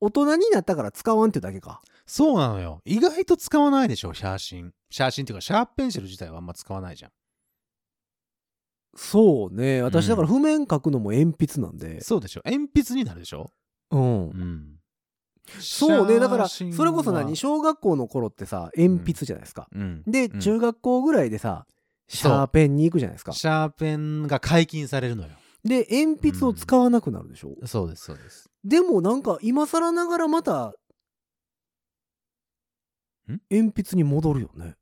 S2: 大人になったから使わんっていうだけか。
S3: うそうなのよ意外と使わないでしょ写真写真っていうかシャープペンシル自体はあんま使わないじゃん
S2: そうね。
S3: う
S2: 私
S3: ん
S2: だから譜面書くのも鉛筆なんで。
S3: そうでしょ鉛筆になるでしょ
S2: うん。
S3: ん
S2: そうね。だから、
S3: 写
S2: そ
S3: 真は
S2: れこそ何小学校の頃ってさ、鉛筆じゃないですか。
S3: うん
S2: で、
S3: うん
S2: 中学校ぐらいでさ、シ
S3: そう
S2: ャーペンに行くじゃないですか。
S3: シャーペンが解禁されるのよ
S2: で、鉛筆を使わなくなるでしょ。
S3: そうですそうです
S2: でもなんか今更ながらまた
S3: ん
S2: 鉛筆に戻るよね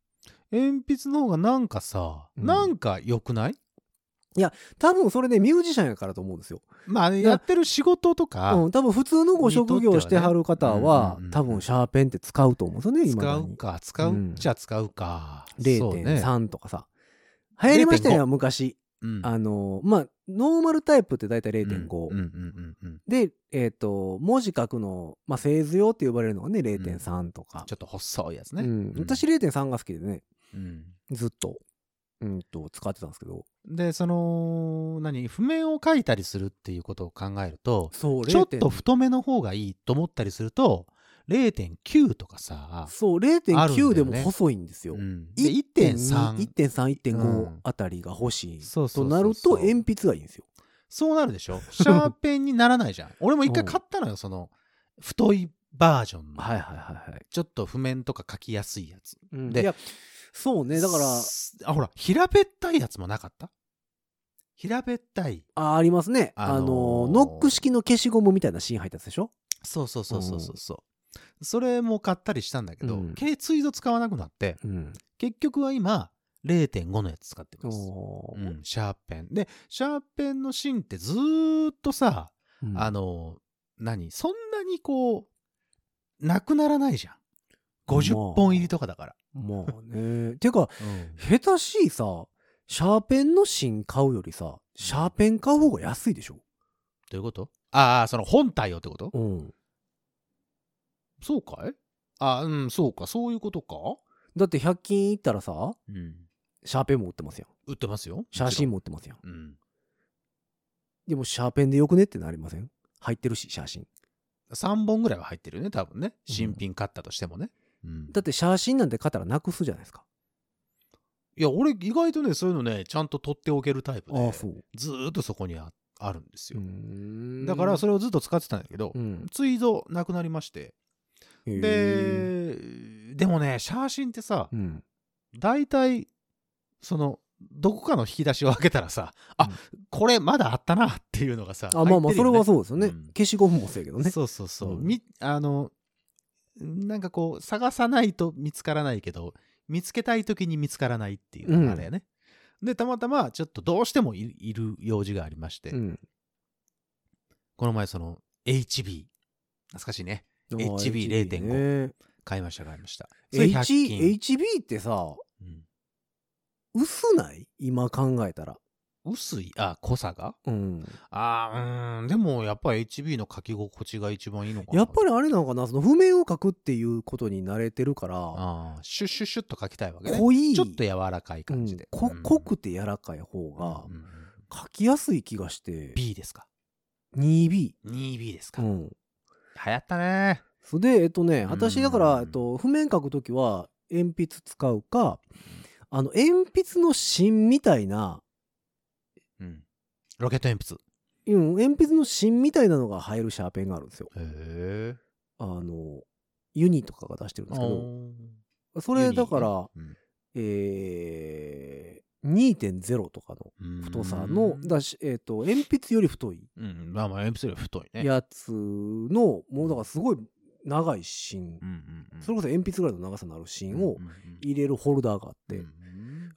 S3: 鉛筆の方がなんかさ、
S2: うん
S3: なんか良くない
S2: 多分それねミュージシャンやからと思うんですよ、
S3: まあやってる仕事とか、
S2: うん、多分普通のご職業してはる方は
S3: うんうんうん
S2: 多分シャーペンって使うと思うんですよね今
S3: 使うか使うっちゃ使うか、そうね、
S2: 0.3とかさ流行りました
S3: 0.5
S2: よ昔
S3: うん
S2: あのまあノーマルタイプって大体0.5、
S3: うんうんうんうん
S2: でえっ、と文字書くの、まあ、製図用って呼ばれるのがね0.3とか
S3: ちょ、っと細いやつ
S2: う
S3: ね、
S2: ん
S3: うん
S2: 私、0.3が好きでね
S3: うん
S2: ずっと,、うん、と使ってたんですけど
S3: でその何譜面を書いたりするっていうことを考えると
S2: そう
S3: ちょっと太めの方がいいと思ったりすると0.9とかさ、
S2: そう
S3: あるんだよね
S2: 0.9でも細いんですよ。
S3: うん、で1.3
S2: 1.31.5
S3: うん
S2: あたりが欲しい、
S3: そうそ
S2: と
S3: うそうそ
S2: な
S3: う
S2: ると鉛筆がいいんですよ。
S3: そうなるでしょシャーペンにならない じゃん俺も一回買ったのよその太いバージョンの
S2: はいはいはいはい。
S3: ちょっと譜面とか書きやすいやつ
S2: うん
S3: で
S2: いやそうねだから
S3: すあほら平べったいやつもなかった平べったい
S2: あありますね、
S3: あのー
S2: あのーノック式の消しゴムみたいなシーン入ったやつでしょ
S3: そうそうそうそうそうそうそれも買ったりしたんだけど、
S2: うん
S3: けついぞ使わなくなって
S2: うん。
S3: 結局は今0.5のやつ使ってます、
S2: お
S3: う
S2: ー
S3: ん、シャーペンでシャーペンの芯ってずーっとさ、
S2: うん
S3: あの何そんなにこうなくならないじゃん50本入りとかだから、
S2: まあね。てか
S3: うん
S2: 下手しいさシャーペンの芯買うよりさシャーペン買う方が安いでしょ。
S3: どういうことああその本体をってこと
S2: うん、
S3: そうかいあうんそうかそういうことか
S2: だって100均行ったらさ
S3: うん
S2: シャーペンも売ってますやん
S3: 売ってますよ
S2: 写真
S3: も
S2: も売ってますやん。
S3: ちろんうん
S2: でもシャーペンでよくねってなりません入ってるし写真
S3: 3本ぐらいは入ってるよね多分ね新品買ったとしてもね、うん
S2: だって写真なんて買ったらなくすじゃないですか
S3: いや俺意外とねそういうのねちゃんと取っておけるタイプで
S2: う
S3: ずーっとそこにああるんですよ、
S2: ん
S3: だからそ
S2: れ
S3: れをずっと使ってたんだけど、
S2: うん
S3: ついぞなくなりまして
S2: へー
S3: ででもね写真ってさ
S2: うん
S3: 大体そのどこかの引き出しを開けたらさあ、
S2: うん
S3: これまだあったなっていうのがさ
S2: あまあまあ
S3: 入って
S2: それ
S3: るよね
S2: はそうですよね、
S3: うん
S2: 消しゴムもそうやけどね
S3: そうそうそう、
S2: うん
S3: みあのなんかこう探さないと見つからないけど見つけたい時に見つからないっていう
S2: う
S3: の
S2: ん
S3: あれやね、でたまたまちょっとどうしてもいいる用事がありまして、
S2: うん
S3: この前その HB 懐かしいね
S2: あ
S3: HB0.5
S2: ね
S3: 買いました買いましたそれ
S2: H
S3: 100均
S2: HB ってさ薄ない今考えたら
S3: うん、薄いあ濃さが
S2: うん
S3: あーうーんでもやっぱ HB の書き心地が一番いいのかな
S2: やっぱりあれなのかなその譜面を書くっていうことに慣れてるから
S3: あーシュッシュッシュッと書きたいわけね
S2: 濃い
S3: ちょっと柔らかいう感じ
S2: ん
S3: で、
S2: こ
S3: うん
S2: 濃くて柔らかい方が
S3: うん
S2: 書きやすい気がして
S3: B ですか
S2: 2B
S3: 2 b ですか、
S2: う
S3: 流
S2: ん
S3: 行ったね
S2: それでえっとね
S3: うん
S2: 私だから、えっと、譜面書くときは鉛筆使うかあの、鉛筆の芯みたいな、
S3: うん。ロケット鉛筆。
S2: うん、鉛筆の芯みたいなのが入るシャーペンがあるんですよ。
S3: へえ。
S2: あの、ユニとかが出してるんですけど、
S3: こ
S2: それだから、
S3: うん
S2: えー、2.0とかの
S3: うん
S2: 太さの、だし、えっ、と、鉛筆より太い
S3: うん、まあまあ、鉛筆より太いね。
S2: やつの、もうだからすごい長い芯
S3: う、んうん、
S2: それこそ鉛筆ぐらいの長さのある芯を
S3: うんうん
S2: 入れるホルダーがあっ
S3: う
S2: て、
S3: んうん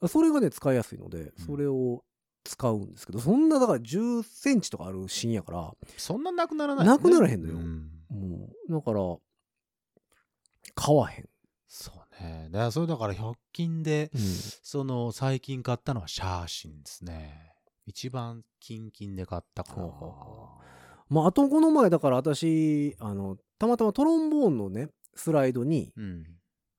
S2: あそれがね使いやすいので
S3: うん
S2: それを使うんですけど、そんなだから1 0ンチとかある芯やから
S3: そんななくならない、
S2: なくならへんのよ
S3: うん
S2: もうだから買わへん、
S3: そうね。だからそれだから100均で、その最近買ったのはシャーシンですね。一番キンキンで買ったかな
S2: ほうほうほまああとこの前だから私あのたまたまトロンボーンのねスライドに
S3: うん。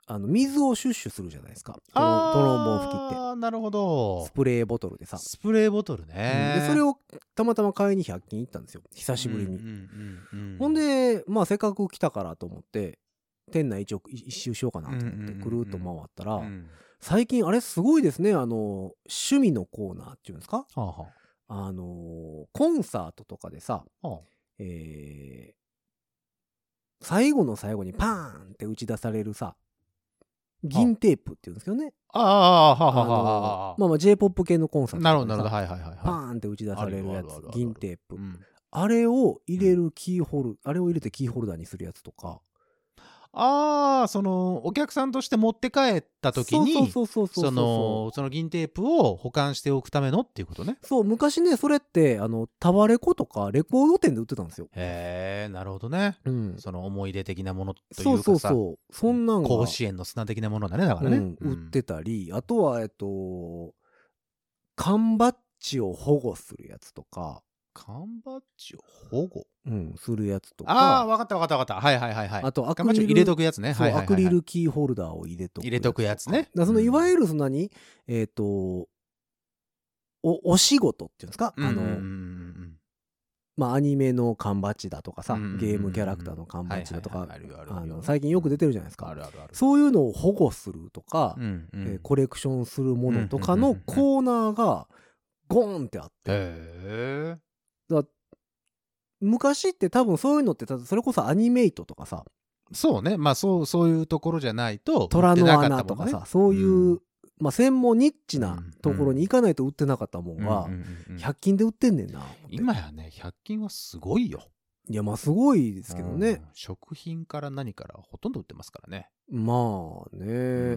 S2: あの水をシュッシュするじゃないですかトロン
S3: あー
S2: トロンボーン吹きって
S3: なるほど
S2: ス。プレーボトルでさ、
S3: スプレーボトル
S2: うん
S3: ね。
S2: でそれをたまたま買いに100均行ったんですよ久しぶりに、
S3: うんうんうんうん
S2: ほん、で、まあ、せっかく来たからと思って、店内一応一周しようかなと思
S3: うんうん
S2: っ
S3: うん
S2: て、
S3: うん
S2: ぐるーっと回ったら、
S3: うん
S2: 最近、あれすごいですね、あの、趣味のコーナーっていうんですか
S3: はあは
S2: あの、コンサートとかでさ、
S3: あはあ
S2: えー最後の最後にパーンって打ち出されるさ、銀テープっていうんですけどね。
S3: ああ、はあ
S2: あ
S3: はあ
S2: の
S3: はあはあ
S2: まあまあ J-POP 系のコンサートとかでさ。
S3: なるほど、なるほど。はいはいはいはい。
S2: パーンって打ち出される
S3: あ
S2: や
S3: るあるあるあ
S2: つ
S3: る、
S2: 銀テープ
S3: う。ん
S2: あれを入れるキーホル、あれを入れてキーホルダーにするやつとか。
S3: ああ、その、お客さんとして持って帰った時に、
S2: そうそうそうそうそう
S3: その、その銀テープを保管しておくためのっていうことね。
S2: そう昔ねそれってあのタワレコとかレコード店で売ってたんですよ、
S3: へえ、なるほどね。
S2: うん、
S3: その思い出的なものというかさ、
S2: そうそうそうそんなんが
S3: 甲子園の砂的なものだね、だからね。
S2: うん、売ってたり、あとはえっと缶バッジを保護するやつとか、
S3: 缶バッジを保護。
S2: うん、するやつとか
S3: ああ、わかったわかったわかった。はいはいはいはい。
S2: あとア
S3: 缶バ
S2: ク
S3: ッ
S2: リ
S3: ジ
S2: ル
S3: を入れとくやつね。
S2: そ
S3: は
S2: う
S3: いはいはい
S2: アクリルキーホルダーを入れとく
S3: 入れとくやつね
S2: だからその
S3: うん
S2: いわゆるそんなに、えっ、とおお仕事っていうんですか、
S3: うんうんうんう
S2: あの
S3: ん
S2: まあ、アニメの缶バッジだとかさ、
S3: うんうんうんうん
S2: ゲームキャラクターの缶バッジだと
S3: は
S2: か
S3: いはいはいあるよあるよ
S2: あの最近よく出てるじゃないです
S3: あ
S2: か
S3: るあるある。
S2: そういうのを保護するとか、
S3: うんうん
S2: えーコレクションするものとか
S3: うん
S2: の
S3: うんうんうん
S2: コーナーがゴーンってあって
S3: へえ。
S2: だ昔って多分そういうのってたそれこそアニメイトとかさ
S3: そうね。まあ、そう、そういうところじゃないと、
S2: 虎
S3: 売って
S2: の
S3: なった
S2: 穴
S3: も
S2: と
S3: ん
S2: か
S3: ね
S2: さ、そういう、
S3: うん
S2: まあ、専門ニッチ
S3: うん
S2: な
S3: うん
S2: ところに行かないと売ってなかったもんが、
S3: うんうんうんうん
S2: 100均で売ってんねんな思って
S3: 今やね、100均はすごいよ。
S2: いやまあすごいですけど
S3: う
S2: ね
S3: ん、食品から何からほとんど売ってますからね。
S2: まあね、
S3: う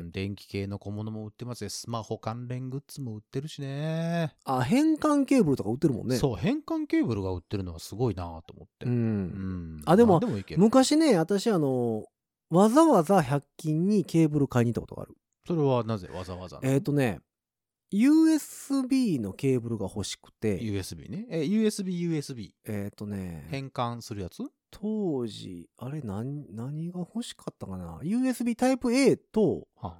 S3: ん電気系の小物も売ってますよ。スマホ関連グッズも売ってるしね。
S2: あ変換ケーブルとか売ってるもんね
S3: そう、変換ケーブルが売ってるのはすごいなと思って。
S2: う、
S3: うんん
S2: あでも
S3: 何でもいける。
S2: 昔ね私あのわざわざ100均にケーブル買いに行ったことがある
S3: それはなぜわざわざなの
S2: えっ、とね、USB のケーブルが欲しくて、
S3: USB ね。え、USB、USB。
S2: えっ、とね、
S3: 変換するやつ
S2: 当時、あれ何、何が欲しかったかな ?USB タイプ A と、
S3: はあ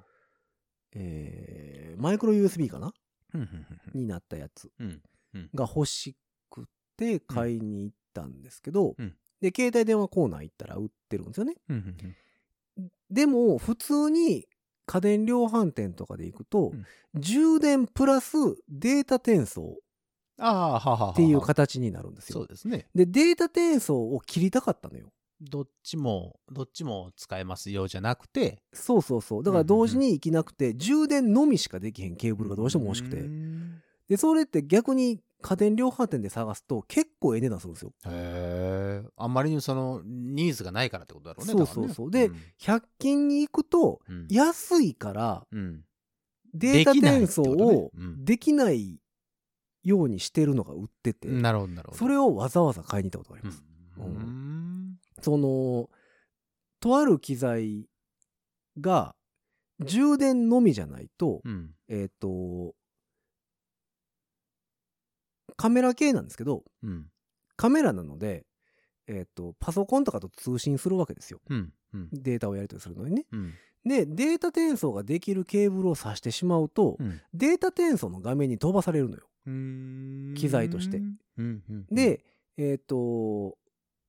S2: えーマイクロ USB かな
S3: ふんふんふんふん
S2: になったやつ
S3: うん
S2: が欲しくて買いに行ったんですけど、
S3: うん
S2: で、携帯電話コーナー行ったら売ってるんですよね。
S3: ふんふんふん
S2: でも、普通に家電量販店とかで行くと、充電プラスデータ転送
S3: ああ、はあはあはあ。
S2: っていう形になるんですよ。
S3: そうですね。
S2: で、データ転送を切りたかったのよ。
S3: どっちも、どっちも使えますよじゃなくて、
S2: そうそうそう。だから同時に行きなくて、充電のみしかできへんケーブルがどうしても欲しく
S3: う
S2: て。
S3: ん
S2: で、それって逆に家電量販店で探すと結構ええ値段するんですよ。
S3: へえ。あんまりにその、ニーズがないからってことだろうね。
S2: そう
S3: だからね
S2: そうそうで、100均に行くと、
S3: うんうん
S2: 安いから
S3: うん
S2: データ転送
S3: できな
S2: を
S3: いってことねうん
S2: できないようにしてるのが売ってて、
S3: なるほど、なるほど。
S2: それをわざわざ買いに行ったことがありま
S3: う
S2: す。
S3: ん、
S2: その、とある機材が充電のみじゃないと、
S3: うん。
S2: えっ、と、カメラ系なんですけど、
S3: うん。
S2: カメラなので、えっ、と、パソコンとかと通信するわけですよ。
S3: うん。うん。
S2: データをやり取りするのにね。
S3: うん。
S2: で、データ転送ができるケーブルを挿してしまうと、
S3: うん
S2: データ転送の画面に飛ばされるのよ。
S3: うーん
S2: 機材として
S3: うん。うん
S2: で、えっ、と、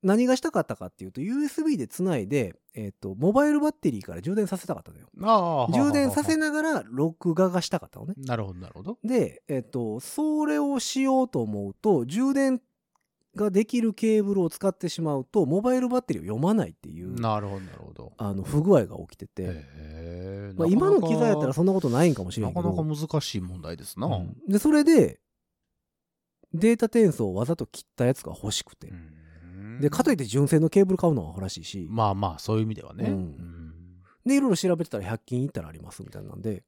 S2: 何がしたかったかっていうと USB でつないで、えっとモバイルバッテリーから充電させたかったのよ
S3: ああ
S2: 充電させな
S3: な
S2: がら録画がしたかったのね
S3: なるほどなるほど
S2: で、えっと、それをしようと思うと、充電ができるケーブルを使ってしまうと、モバイルバッテリーを読まないっていう、
S3: なるほどなるほど
S2: あの、不具合が起きてて、
S3: へえ
S2: まあ、今の機材やったらそんなことないんかもしれ
S3: なん
S2: け
S3: か
S2: ど、
S3: なか難しい問題ですな、
S2: うんで、それで、データ転送をわざと切ったやつが欲しくて、
S3: うん
S2: で、かといって純正のケーブル買うのはらしいし、
S3: まあまあそういう意味ではね、
S2: うん
S3: うん
S2: で、いろいろ調べてたら100均行ったらありますみたいなんで、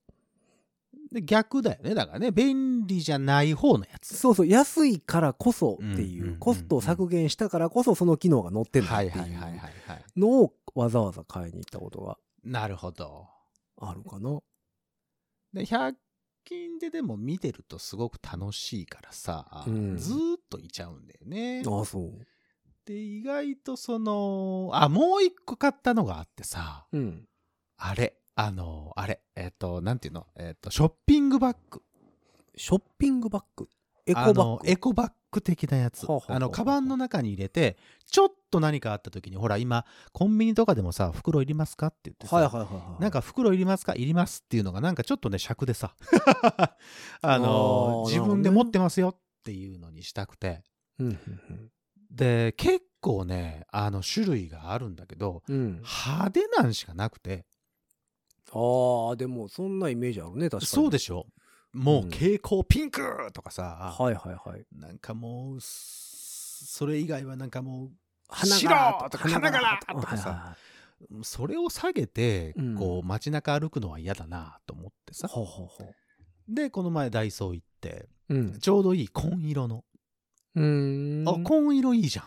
S3: で逆だよねだからね便利じゃない方のやつ
S2: そうそう、安いからこそって
S3: うんうんうん
S2: いうう、
S3: ん
S2: コストを削減したからこそその機能が載ってんだっ
S3: は
S2: てい。
S3: いうはいはいはいはい
S2: のをわざわざ買いに行ったことが
S3: なるほど
S2: あるかな。
S3: で100均ででも見てるとすごく楽しいからさ、
S2: うん
S3: ずーっといちゃうんだよね
S2: ああ、そう。
S3: で意外とそのあもう一個買ったのがあってさ
S2: うん。
S3: あれあのあれえっ、となんていうのえっ、とショッピングバッグ
S2: ショッピングバッグ。エコ
S3: あ
S2: バ
S3: の
S2: ッグ。
S3: エコバッグ的なやつ。
S2: ほうほうほう
S3: あの、カバンの中に入れて、ちょっと何かあった時に、ほら、今、コンビニとかでもさ、袋いりますかって言ってさ、
S2: はいはいはいはい。
S3: なん、か袋いりますかいりますっていうのが、なんかちょっとね、尺でさ、 あの
S2: あー
S3: 自分で持ってますよっていうのにしたくて。
S2: うんうん
S3: で、結構ね、あの、種類があるんだけど、
S2: うん。うん。
S3: 派手なんしかなくて、
S2: ああ、でもそんなイメージあるね、確かに。。
S3: そうですしょもう
S2: うん
S3: 蛍光ピンクとかさ、
S2: はいはいはい。
S3: なんかもう、それ以外はなんかもう、白とか花柄とかさ
S2: はいはいはい
S3: それを下げて、
S2: うん
S3: こう街中歩くのは嫌だなと思ってさ、
S2: ほうほうほ
S3: でこの前ダイソー行って
S2: う。うん。
S3: ちょうどいい紺色の、
S2: うーん。
S3: あ紺色いいじゃん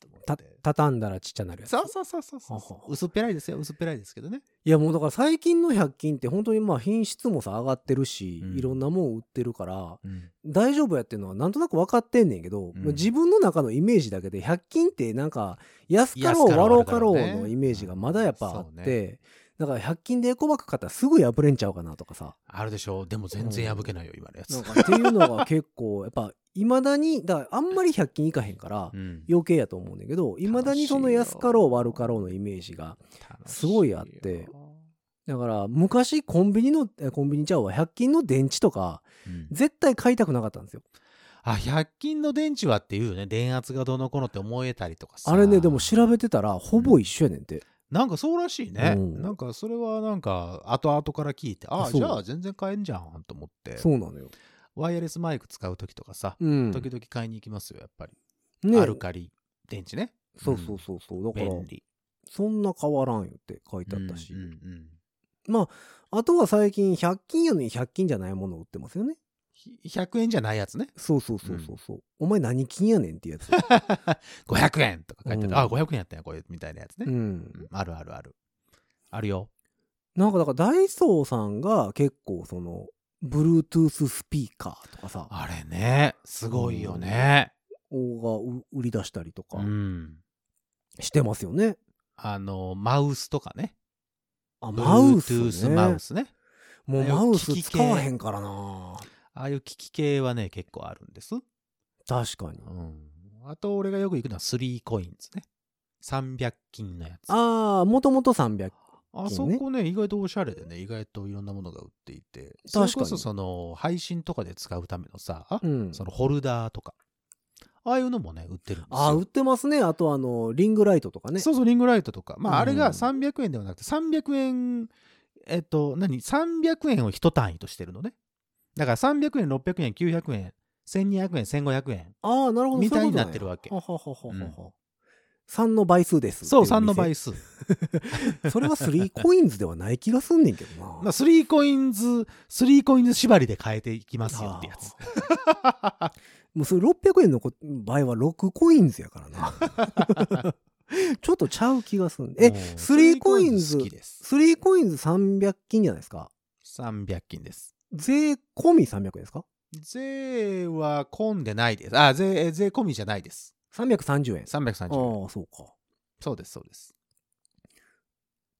S3: と思
S2: た
S3: って
S2: 畳んだらちっちゃなるやつ。
S3: そうそうそうそうそう
S2: ほうほう
S3: 薄っぺらいですよ薄っぺらいですけどね
S2: いやもうだから最近の100均って本当にまあ品質もさ上がってるし、
S3: うん
S2: いろんなもん売ってるから、
S3: うん、
S2: 大丈夫やっていうのはなんとなく分かってんねんけど、
S3: うん
S2: 自分の中のイメージだけで100均ってなんか安かろう
S3: 安かろう
S2: 悪ろうかろう
S3: 悪かろう
S2: の
S3: ね
S2: イメージがまだやっぱあっ
S3: そう
S2: て、だから100均でエコバッグ買ったらすぐ破れんちゃうかなとかさ
S3: あるでしょでも全然破けないよ今のやつ
S2: なんかっていうのが結構やっぱいまだにだからあんまり100均いかへんから
S3: うん
S2: 余計やと思うんだけどいまだにその安かろう悪かろうのイメージがすごいあって、だから昔コンビニのえコンビニちゃうわ100均の電池とか
S3: うん
S2: 絶対買いたくなかったんですよ
S3: あ100均の電池はっていうよね電圧がどうのこうのって思えたりとかさ
S2: あれねでも調べてたらほぼ一緒やねんて
S3: なんかそうらしいね、
S2: うん
S3: なんかそれはなんか後々から聞いてあ
S2: あ
S3: あ
S2: そう
S3: じゃあ全然買えんじゃんと思って
S2: そうなのよ。
S3: ワイヤレスマイク使う時とかさ、
S2: うん
S3: 時々買いに行きますよやっぱり、
S2: ね
S3: アルカリ電池ね
S2: そうそうそうそう。だから
S3: 便、利
S2: そんな変わらんよって書いてあったし
S3: うん。うんうん
S2: あとは最近、100均やのに100均じゃないものを売ってますよね。
S3: ひ100円じゃないやつね
S2: そうそうそうそうそう。お前何金やねんっていうやつ。
S3: 500円とか書いてある、
S2: うん
S3: あ500円やったんやこれみたいなやつね、
S2: うん。
S3: うんあるあるあるあるよ
S2: なんかだから、ダイソーさんが結構その、Bluetooth スピーカーとかさ、
S3: あれねすごいよね
S2: が売り出したりとか
S3: うん、
S2: してますよね。
S3: あのマウスとかね
S2: あ、マウス、
S3: Bluetooth
S2: ね。
S3: マウスね
S2: もうマウス使わへんからな
S3: ああいう機器系はね結構あるんです
S2: 確かに。
S3: あと俺がよく行くのは3コインズね。300均のやつ。あ
S2: ああ、もともと300。
S3: そこね、意外とおしゃれでね、意外といろんなものが売っていて。
S2: 確かに
S3: それこそその、配信とかで使うためのさ、
S2: うん。
S3: そのホルダーとか。ああいうのもね、売ってるんですよ。
S2: あー売ってますねあとあのリングライトとかね
S3: そうそう、リングライトとか。ま
S2: うん
S3: あ、あれが300円ではなくて、300円、えっと、何 ?300 円を一単位としてるのね。だから300円、600円、900円、1200円、1500円。
S2: ああなるほど
S3: みたい
S2: そ
S3: に
S2: ううこと
S3: な
S2: ね
S3: ってるわけ
S2: はははははは3の倍数です
S3: そう、3の
S2: っ
S3: 倍数。
S2: ていう店それは3コインズではない気がすんねんけどな
S3: まあ、スリーコインズ、スリーコインズ縛りで変えていきますよってやつ。
S2: もうそれ600円のこ場合は6コインズやからな ちょっとちゃう気がすんえ
S3: もう
S2: スリーコインズ
S3: スリー好きです。
S2: 3コインズ300均じゃないですか
S3: 300均です。
S2: 税込み300円ですか
S3: 税は混んでないです。あ、税、え税込みじゃないです。
S2: 330円ああ
S3: 330円。
S2: ーそうか
S3: そうです、そうです。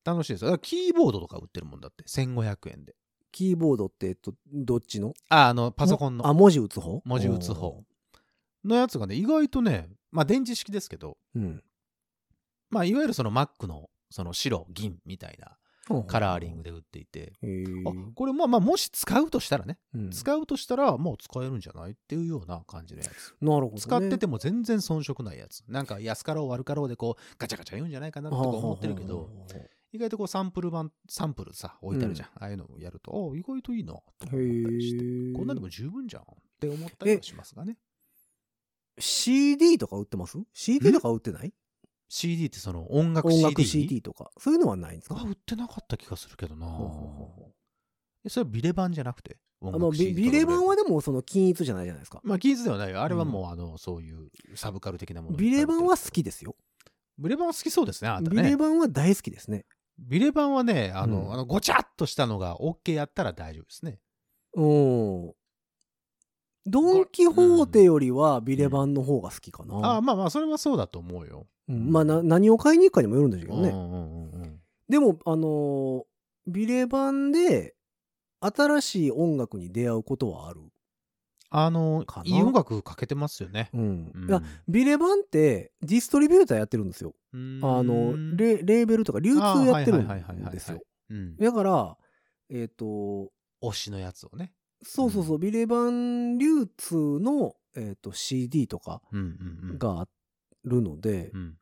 S3: 楽しいですよ。だからキーボードとか売ってるもんだって、1500円で。
S2: キーボードってえっとどっちの
S3: あ、あの、パソコン
S2: あ
S3: の
S2: 文字打つ方
S3: 文字打つ方のやつがね、意外とね、まあ電池式ですけど、
S2: うん
S3: まあ、いわゆるそのマックの、その白、銀みたいな
S2: うん
S3: カラーリングで売っていて、
S2: へー
S3: あ、これまあまあ、もし使うとしたらね、
S2: うん
S3: 使うとしたら、もう使えるんじゃないっていうような感じのやつ。
S2: なるほどね
S3: 使ってても全然遜色ないやつ。なんか安かろう悪かろうでこうガチャガチャ言うんじゃないかなとか思ってるけど、意外とこうサンプル版、サンプルさ、置いてあるじゃん。ああいうのをやると、ああ、意外といいなと
S2: へ
S3: 思ったりして。
S2: え
S3: こんなでも十分じゃんって思ったりはしますがね。
S2: CD とか売ってます ?CD とか売ってない
S3: CD ってその音楽 CD?
S2: 音楽 CD とかそういうのはないんですか
S3: が売ってなかった気がするけどな
S2: ほうほうほうほ
S3: えそれはビレ版じゃなくて音
S2: あの
S3: 楽
S2: ビ
S3: CD
S2: ビ
S3: とか
S2: レバンはでもその均一じゃないじゃないですか
S3: まあ技術ではないよあれはもう、あのそういうサブカル的なもの
S2: ビレバンは好きで
S3: で
S2: すよ
S3: ビレ版は好きそうですねあなた
S2: ビレ
S3: ね
S2: バンは大好きですね
S3: ビレ版はねあの、
S2: うん
S3: あのごちゃっとしたのが OK やったら大丈夫ですね
S2: うんドン・キホーテよりはビレバンの方が好きかな、
S3: ああまあまあそれはそうだと思うよ、
S2: うんまあな何を買いに行くかにもよるんですけど
S3: うんう
S2: ね、
S3: んうんうん
S2: でもあのービレバンで新しい音楽に出会うことはある、
S3: あの
S2: かない
S3: い音楽かけてますよね、
S2: うん
S3: うん
S2: いやビレバンってディストリビューターやってるんですよ
S3: うん
S2: あのレレーベルとか流通やってるんですよ
S3: うん
S2: だからえっ、と
S3: 推しのやつをね、
S2: そうそうそう、ビレバン流通の、えー、と CD とか
S3: うんうんうん、
S2: があるので、
S3: うん、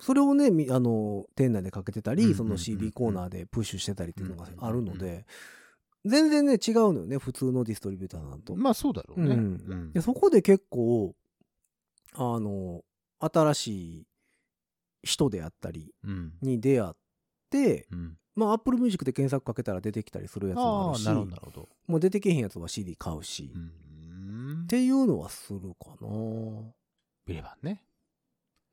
S2: それをねみあの店内でかけてたり、
S3: うんうんうん
S2: その CD コーナーでプッシュしてたりっていうのがあるので、
S3: うんう
S2: 全然ね違うのよね普通のディストリビューターなんと、
S3: まあそうだろうね、
S2: うん
S3: うん
S2: でそこで結構あの新しい人であったり
S3: うん
S2: に出会って
S3: うん
S2: まあ Apple Music で検索かけたら出てきたりするやつもあ
S3: あ
S2: る
S3: あ
S2: し
S3: なるほどなるほど、
S2: もう出てけへんやつは CD 買うし、
S3: う
S2: っ
S3: ん、
S2: ていうのはするかな
S3: ビレバンね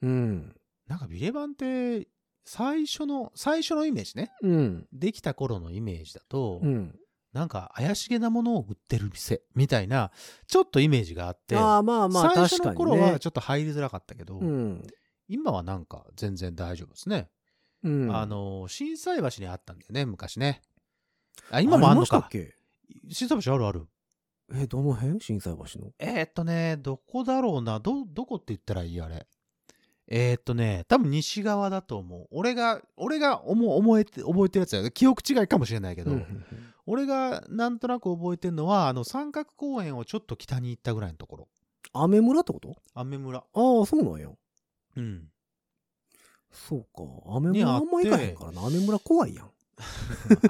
S2: うん
S3: なんかビレバンって最初の最初のイメージね
S2: うん
S3: できた頃のイメージだと、
S2: うん
S3: なんか怪しげなものを売ってる店みたいなちょっとイメージがあって
S2: ああまあまあ
S3: 最
S2: 確
S3: 初
S2: か
S3: の
S2: に
S3: 頃
S2: ね
S3: はちょっと入りづらかったけど、
S2: うん
S3: 今はなんか全然大丈夫ですね、
S2: うん
S3: あの心斎橋にあったんだよね昔ねあ今もあんの
S2: りましたっ
S3: か
S2: け
S3: 心斎橋あるある
S2: えどの辺心斎橋の
S3: えーっとね、どこだろうな、ど、どこって言ったらいいあれ。えーっとね、多分西側だと思う。俺が、俺が思う思えて、覚えてるやつだよ。記憶違いかもしれないけど、
S2: うん
S3: 俺がなんとなく覚えてるのは、あの、三角公園をちょっと北に行ったぐらいのところ。
S2: 雨村ってこと
S3: 雨村。
S2: ああそうなんや
S3: うん。
S2: そうか雨
S3: に
S2: 村
S3: あっ
S2: あ
S3: て
S2: んま行かへんからな雨村怖いやん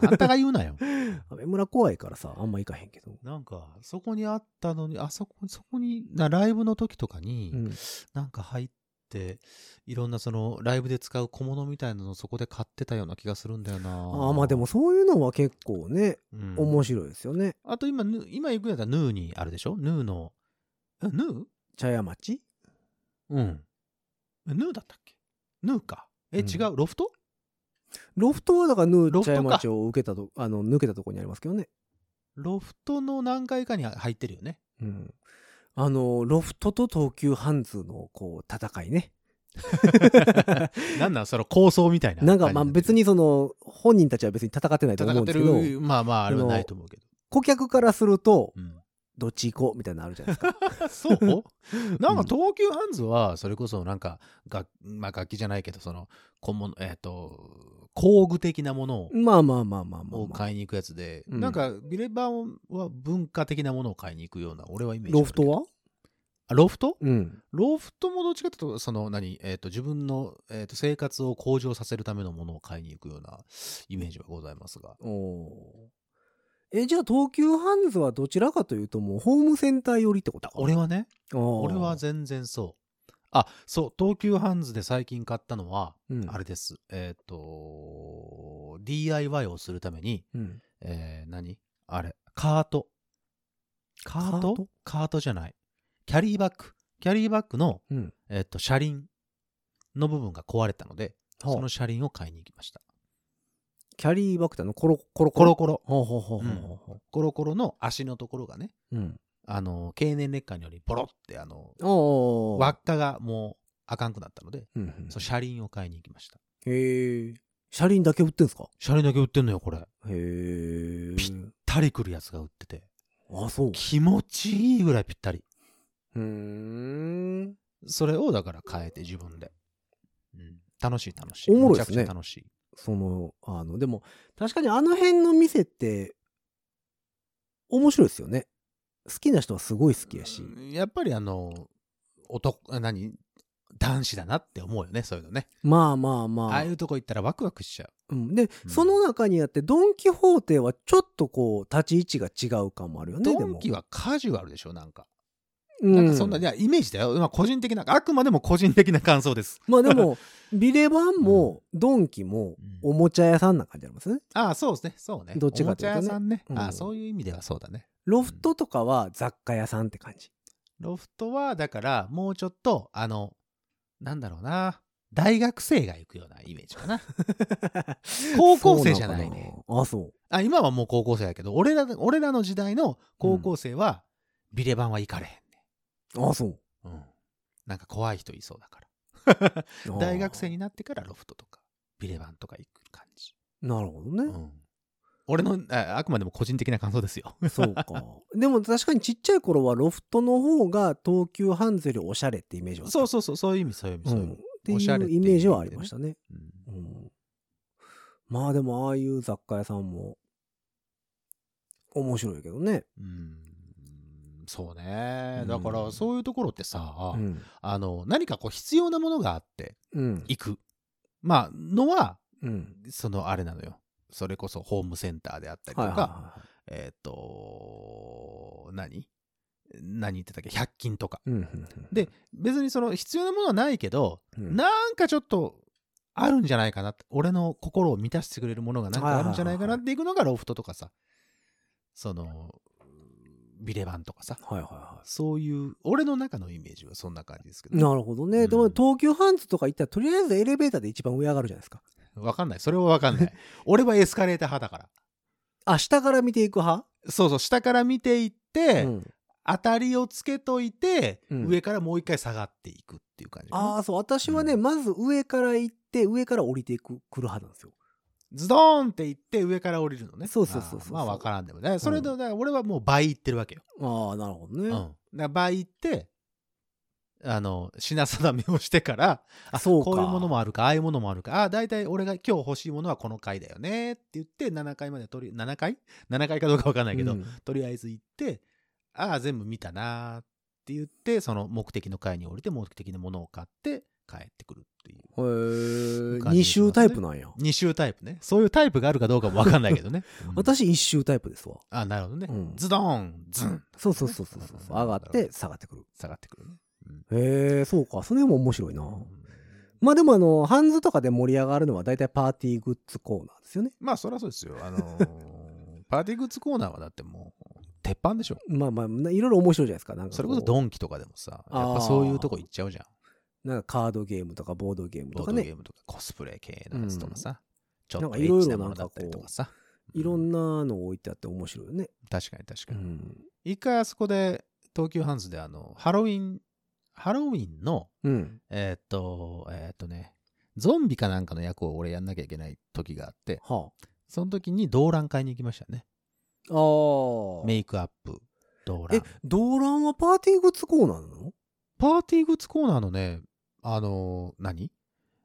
S3: あんたが言うなよ。
S2: 雨村怖いからさあんま行かへんけど
S3: なんか、そこにあったのに、あそこ、そこに、な、ライブの時とかに、
S2: うん
S3: なんか入って、いろんなその、ライブで使う小物みたいなのをそこで買ってたような気がするんだよな。
S2: ああまあでも、そういうのは結構ね
S3: うん
S2: 面白いですよね
S3: あと今、ヌ今行くんやったらヌーにあるでしょヌーの、えヌー
S2: 茶屋町
S3: うん。えヌーだったっけヌーか。え、
S2: うん
S3: 違う、ロフト
S2: ロフトはだからぬ
S3: ロフト
S2: 茶
S3: か
S2: 屋町を受けたとあの抜けたとこにありますけどね
S3: ロフトの何階かに入ってるよね。
S2: うんあのロフトと東急ハンズのこう戦いね
S3: なんなんその構想みたいな。
S2: なんかまあ別にその本人たちは別に戦ってないと
S3: 戦
S2: 思う
S3: っ
S2: んで
S3: て
S2: すけど
S3: る、まあまあ、あれはないと思うけど。
S2: 顧客からすると
S3: うん、
S2: どっち行こうみたいなのあるじゃないですか
S3: そうなんか東急ハンズは、それこそなんか、がまあ、楽器じゃないけど、その、小物、えっ、と、工具的なものを
S2: まあまあまあまあまあ、
S3: を
S2: まあ、
S3: 買いに行くやつで、
S2: うん
S3: なんかビレバンは文化的なものを買いに行くような俺はイメージあ
S2: ロ
S3: る
S2: フ
S3: けど
S2: トは
S3: あロフト
S2: うん
S3: ロフトもどっちかというとその何、えっと自分の、えっと生活を向上させるためのものを買いに行くようなイメージはございますが
S2: おーえじゃあ東急ハンズはどちらかというともうホームセンター寄りってことか
S3: 俺はね俺
S2: 俺
S3: は全然そうあそう東急ハンズで最近買ったのは、
S2: うん
S3: あれですえっ、と DIY をするために、
S2: うん
S3: えー何あれ、カート。カートカ
S2: カー
S3: ート
S2: ト
S3: じゃない。キャリーバッグ。キャリーバッグの、
S2: うん
S3: えっと、車輪の部分が壊れたので、
S2: ほう
S3: その車輪を買いに行きました。
S2: キャリーバッグってあのコロコロ
S3: コ
S2: コ
S3: ロ
S2: ロ
S3: コロ。
S2: ほうほうほうほうほうほ
S3: コロコロの足のところがね、
S2: ううん
S3: あの、経年劣化によりボロって、あの、
S2: おー
S3: 輪っかがもうあかんくなったので、
S2: うんうん
S3: その車輪を買いに行きました。
S2: へえ車輪だけ売ってんすか
S3: 車輪だけ売ってんのよ、これ。
S2: へえ
S3: ぴったりくるやつが売ってて、
S2: あそう
S3: 気持ちいいぐらいぴったり。
S2: うーん
S3: それをだから変えて自分で。うん楽しい楽しい。
S2: おもろいですね
S3: めちゃくちゃ楽しい。
S2: その、あの、でも、確かにあの辺の店って、面白いですよね。好きな人はすごい好きやし。
S3: やっぱりあの、男、何男子だなって思うよね、そういうのね。
S2: まあまあ
S3: あ
S2: ま
S3: あ
S2: あ
S3: い。うとこ行ったらワクワクしちゃ
S2: う
S3: う。
S2: ん、で、その中にあって、ドン・キホーテはちょっとこう、立ち位置が違う感もあるよね、
S3: ドンキ
S2: は、
S3: はカジュアルでしょ、なんか。
S2: う
S3: なんかそんな、いや、イメージだよ。まあ、個人的な、あくまでも個人的な感想です。
S2: まあで も、ビレバンも、ドンキも、
S3: うん
S2: おもちゃ屋さんな感じありますね。
S3: ああ、そうですね、そうね。
S2: どっちかというとね
S3: おもちゃ屋さんね。
S2: うん
S3: ああ、そういう意味ではそうだね。
S2: ロフトとかは雑貨屋さんって感じ。
S3: ロフトは、だから、もうちょっと、あの、なんだろうな。大学生が行くようなイメージか な。高校生じゃないね
S2: そうのかな。あ、そう。
S3: あ今はもう高校生だけど、俺ら、俺らの時代の高校生は、ビレバンは行かれへんね。
S2: あ、そう。
S3: うん。なんか怖い人いそうだから。
S2: あー
S3: 大学生になってからロフトとか、ビレバンとか行く感じ。
S2: なるほどね。
S3: うん。俺のあ、あくまでも個人的な感想ですよ。
S2: そうか。 でも確かにちっちゃい頃はロフトの方が東急ハンズよりおしゃれってイメージはあった
S3: そうそうそう、そういう意味、そういう意味、
S2: う
S3: そうんいう
S2: っ
S3: 意味。
S2: てい
S3: おしゃれっ
S2: う
S3: てい
S2: イ
S3: う
S2: メージはありましたね。
S3: うん
S2: うんまあでもああいう雑貨屋さんも面白いけどね。
S3: うんそうね
S2: う。ん
S3: だから、そういうところってさ、
S2: うん。
S3: あの、何かこう必要なものがあって
S2: うん。
S3: 行く。まあ、のは、
S2: うん。
S3: そのあれなのよ。それこそホームセンターであったりと
S2: はいはい
S3: か、
S2: は
S3: えっと、何何言ってたっけ ?100 均とか。
S2: い。うんうん
S3: で、別にその必要なものはないけど、
S2: うん。
S3: なんかちょっと、あるんじゃないかなって俺の心を満たしてくれるものがなんかあるんじゃないかなっていくのがロフトとかさ、その、ビレバンとかさ、
S2: はいはいは
S3: そういう、俺の中のイメージはそんな感じですけ
S2: い。
S3: ど、
S2: なるほどね。で
S3: う
S2: も
S3: ん
S2: 東急ハンズとか行ったらとりあえずエレベーターで一番上上がるじゃないですか。
S3: わかんない。それはわかん ない。俺はエスカレーター派だから。
S2: あ、下から見ていく派
S3: そうそう、下から見ていって、
S2: うん。
S3: 当たりをつけといて、
S2: うん
S3: 上からもう一回下がっていくっていう感じかな
S2: ああ、そう。私はね、
S3: うん
S2: まず上から行って、上から降りていく、来る派なんですよ。
S3: ズドーンって行って上から降りるのね。
S2: そうそうそうそう
S3: あーまあわからんでもね。それと、だから俺はもう倍行ってるわけよ。
S2: ああ、なるほどね。
S3: うん。だから倍行って、あの、品定めをしてから、あ、
S2: そうか
S3: こういうものもあるか、ああいうものもあるか、ああ、大体俺が今日欲しいものはこの回だよねって言って、7回までとり、7回 ?7 回かどうかわかんないけど、
S2: うん
S3: とりあえず行って、ああ、全部見たなーって言って、その目的の階に降りて、目的のものを買って、帰ってくるっていう。
S2: へえ、二
S3: 感じがしますね
S2: 周タイプなんや。
S3: 二周タイプね。そういうタイプがあるかどうかもわかんないけ どね。うん
S2: 私一周タイプですわ。
S3: あ、なるほどね。
S2: うん
S3: ズドーン、ズン、
S2: そうそうそうそうそう。上がって下がってくる。
S3: 下がってくるね。うん
S2: へえ、そうか。その辺も面白いな。まあでもあの、ハンズとかで盛り上がるのは大体パーティーグッズコーナーですよね。
S3: まあ、そりゃそうですよ。あの ーパーティーグッズコーナーはだってもう、鉄板でしょ。
S2: まあまあ、ないろいろ面白いじゃないですか。なんか
S3: それこそうドンキとかでもさ、やっぱそういうとこ行っちゃうじゃん。
S2: なんかカードゲームとかボードゲーム
S3: ボ
S2: と
S3: ー
S2: か
S3: ドゲ
S2: ね。
S3: ームとかコスプレ系のやつとかさ、ちょっ
S2: なん
S3: と
S2: か
S3: エ
S2: いろ
S3: ッ
S2: い
S3: チ
S2: ろ
S3: な
S2: な
S3: も
S2: ん
S3: のだ
S2: かこう
S3: ったりとかさ。
S2: いろんなの置いてあって面白いよね。
S3: 確かに確か
S2: う
S3: に。
S2: ん。
S3: 一回あそこで東急ハンズであの、ハロウィン、ハロウィンの、
S2: うん。
S3: えーっと、えーっとね、ゾンビかなんかの役を俺やんなきゃいけない時があって、
S2: は
S3: その時に動乱会に行きましたね。
S2: あ。ああ。
S3: メイクアップ、動
S2: え
S3: 乱。、
S2: 動乱はパーティーグッズコーナーなの
S3: パーティーグッズコーナーのね、あのー何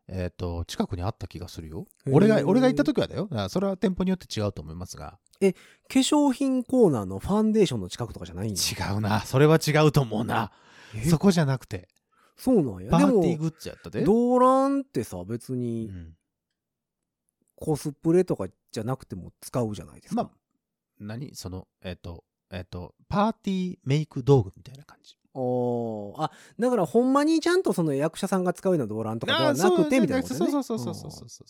S3: えーっと、近くにあった気がするよ。
S2: へー
S3: 俺が、俺が行った時はだよ。だからそれは店舗によって違うと思いますが。
S2: 化粧品コーナーのファンデーションの近くとかじゃないんや
S3: 違うな。それは違うと思うな。
S2: え
S3: そこじゃなくて。
S2: そうなんや。
S3: パ
S2: で
S3: ーテ
S2: も
S3: ィーグッズやったで。
S2: 動乱ってさ、別
S3: う
S2: に
S3: ん
S2: コスプレとかじゃなくても使うじゃないですか。
S3: まあ、何その、えっ、と、えっ、と、パーティーメイク道具みたいな感じ。
S2: おーあ、だからほんまにちゃんとその役者さんが使うような動乱とかで
S3: あ
S2: は
S3: ー
S2: な
S3: そう
S2: くてみたいなことね。
S3: そうそうそうそうそうそううそう。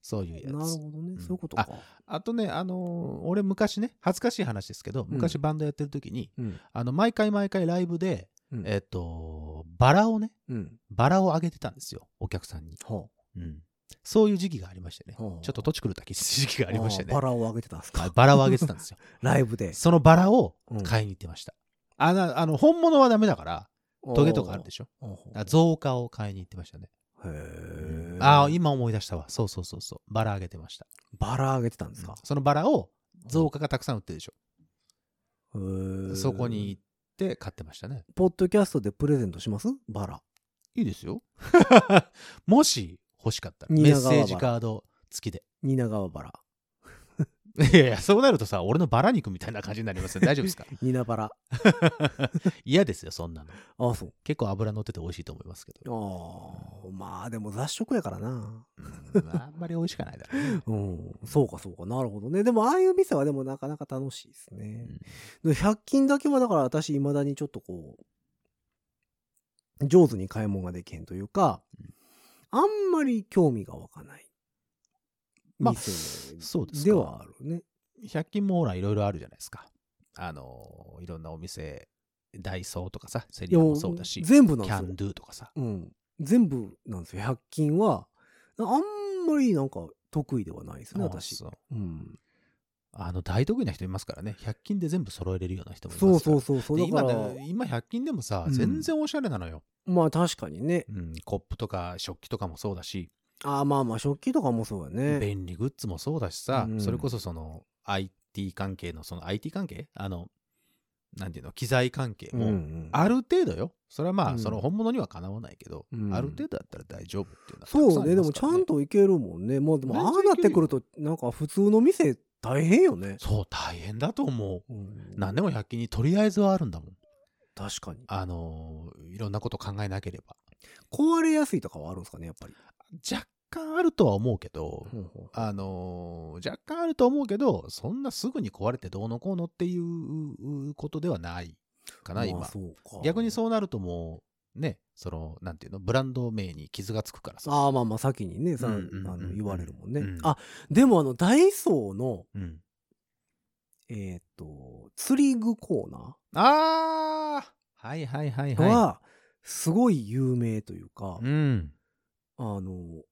S3: そういうや
S2: んなる
S3: つ。
S2: ほどね。
S3: うん
S2: そういうことか。
S3: あとね、あのー俺昔ね、恥ずかしい話ですけど、昔バンドやってる時に、
S2: うん。
S3: あの、毎回毎回ライブで、
S2: うん
S3: えっ、と、バラをね、
S2: うん。
S3: バラをあげてたんですよ、お客さんに。
S2: は
S3: うんそういう時期がありましてね。ち
S2: ほ
S3: ょ
S2: う
S3: っと土地狂った時期が
S2: あ
S3: ありましてね
S2: バ。ラをあげてたんです
S3: はい
S2: か。
S3: バラをあげてた んですよ。
S2: ライブで。
S3: そのバラを
S2: うん
S3: 買いに行ってました。あなあの、本物はダメだから、トゲとかあるで
S2: し
S3: しょ。
S2: ょ。
S3: あ造花を買いに行ってましたね。
S2: へえ。
S3: ああ、今思い出したわ。そうそうそうそう。バラあげてました。
S2: バラあげてたんですか。
S3: そのバラを造花がたくさん売ってるでしょ。
S2: へー
S3: そこに行って買ってましたね。
S2: ポッドキャストでプレゼントしますバラ。
S3: いいですよ。もし欲しかったら。メ
S2: 蜷
S3: ッ
S2: 川
S3: セ
S2: バラ
S3: ージカード付きで。
S2: 蜷川原。
S3: いやいや、そうなるとさ、俺のバラ肉みたいな感じになりますよ。大丈夫ですか
S2: 蜷バラ。
S3: 嫌ですよ、そんなの。
S2: ああ、そう。
S3: 結構油乗ってて美味しいと思いますけど。
S2: ああ、まあでも雑食やからな。
S3: うんあんまり美味しくないだろうね。
S2: うん、そうかそうか。なるほどね。でもああいう店はでもなかなか楽しいですね
S3: うん。
S2: で100均だけはだから私未だにちょっとこう、上手に買い物ができへんというか、あんまり興味が湧かない。
S3: まあ
S2: 店
S3: そうですか
S2: ではあるね。
S3: 100均もほら、いろいろあるじゃないですか。あのー、いろんなお店、ダイソーとかさ、セリアもそうだし、キ
S2: 全部なんです
S3: ャ
S2: よ
S3: ン。ドゥとかさ。
S2: うん。全部なんですよ。100均は、あんまりなんか得意ではないですね、
S3: あ
S2: 私。
S3: そう
S2: うん。
S3: あの、大得意な人いますからね。100均で全部揃えれるような人もいますか
S2: そ
S3: ら
S2: うそうそうそう。
S3: で
S2: だ
S3: 今
S2: から、
S3: ね、今100均でもさ、
S2: うん
S3: 全然おしゃれなのよ、
S2: まあ確かにね。
S3: うん。コップとか食器とかもそうだし、
S2: ああまあまあ食器とかもそうやね。
S3: 便利グッズもそうだしさ、
S2: うん
S3: それこそその IT 関係の、その IT 関係あの、なんていうの、機材関係
S2: うんう
S3: も、
S2: ん
S3: ある程度よ。それはまあ、
S2: うん
S3: その本物にはかなわないけど、
S2: うん
S3: ある程度だったら大丈夫っていうのはたくさんあり
S2: そうね、で
S3: ま
S2: も
S3: す
S2: ち
S3: か
S2: ゃ
S3: らね
S2: ん。といけるもんね。もうでも
S3: 全然
S2: あ
S3: い
S2: あ
S3: けるよ
S2: なってくると、なんか普通の店大変よね。
S3: そう、大変だと思う。
S2: うん
S3: 何でも100均にとりあえずはあるんだもん。
S2: 確かに。
S3: あのーいろんなこと考えなければ。
S2: 壊れやすいとかはあるんですかね、やっぱり。
S3: 若干あるとは思うけど、
S2: あ
S3: あのー若干あると思うけど、そんなすぐに壊れてどうのこうのっていうことではないか
S2: ま
S3: な、
S2: あ
S3: 今。
S2: そうか
S3: 逆にそうなるともう、ね、その、なんていうの、ブランド名に傷がつくからさ。
S2: ああまあまあ先にね、さ
S3: うんうんうんうん
S2: あの言われるもんね。
S3: うん
S2: あでもあのダイソーの、
S3: うん。
S2: えーっと釣り具コーナ
S3: あーはいはいはい
S2: ー
S3: はい。
S2: はすごい有名というか、
S3: うん。
S2: あの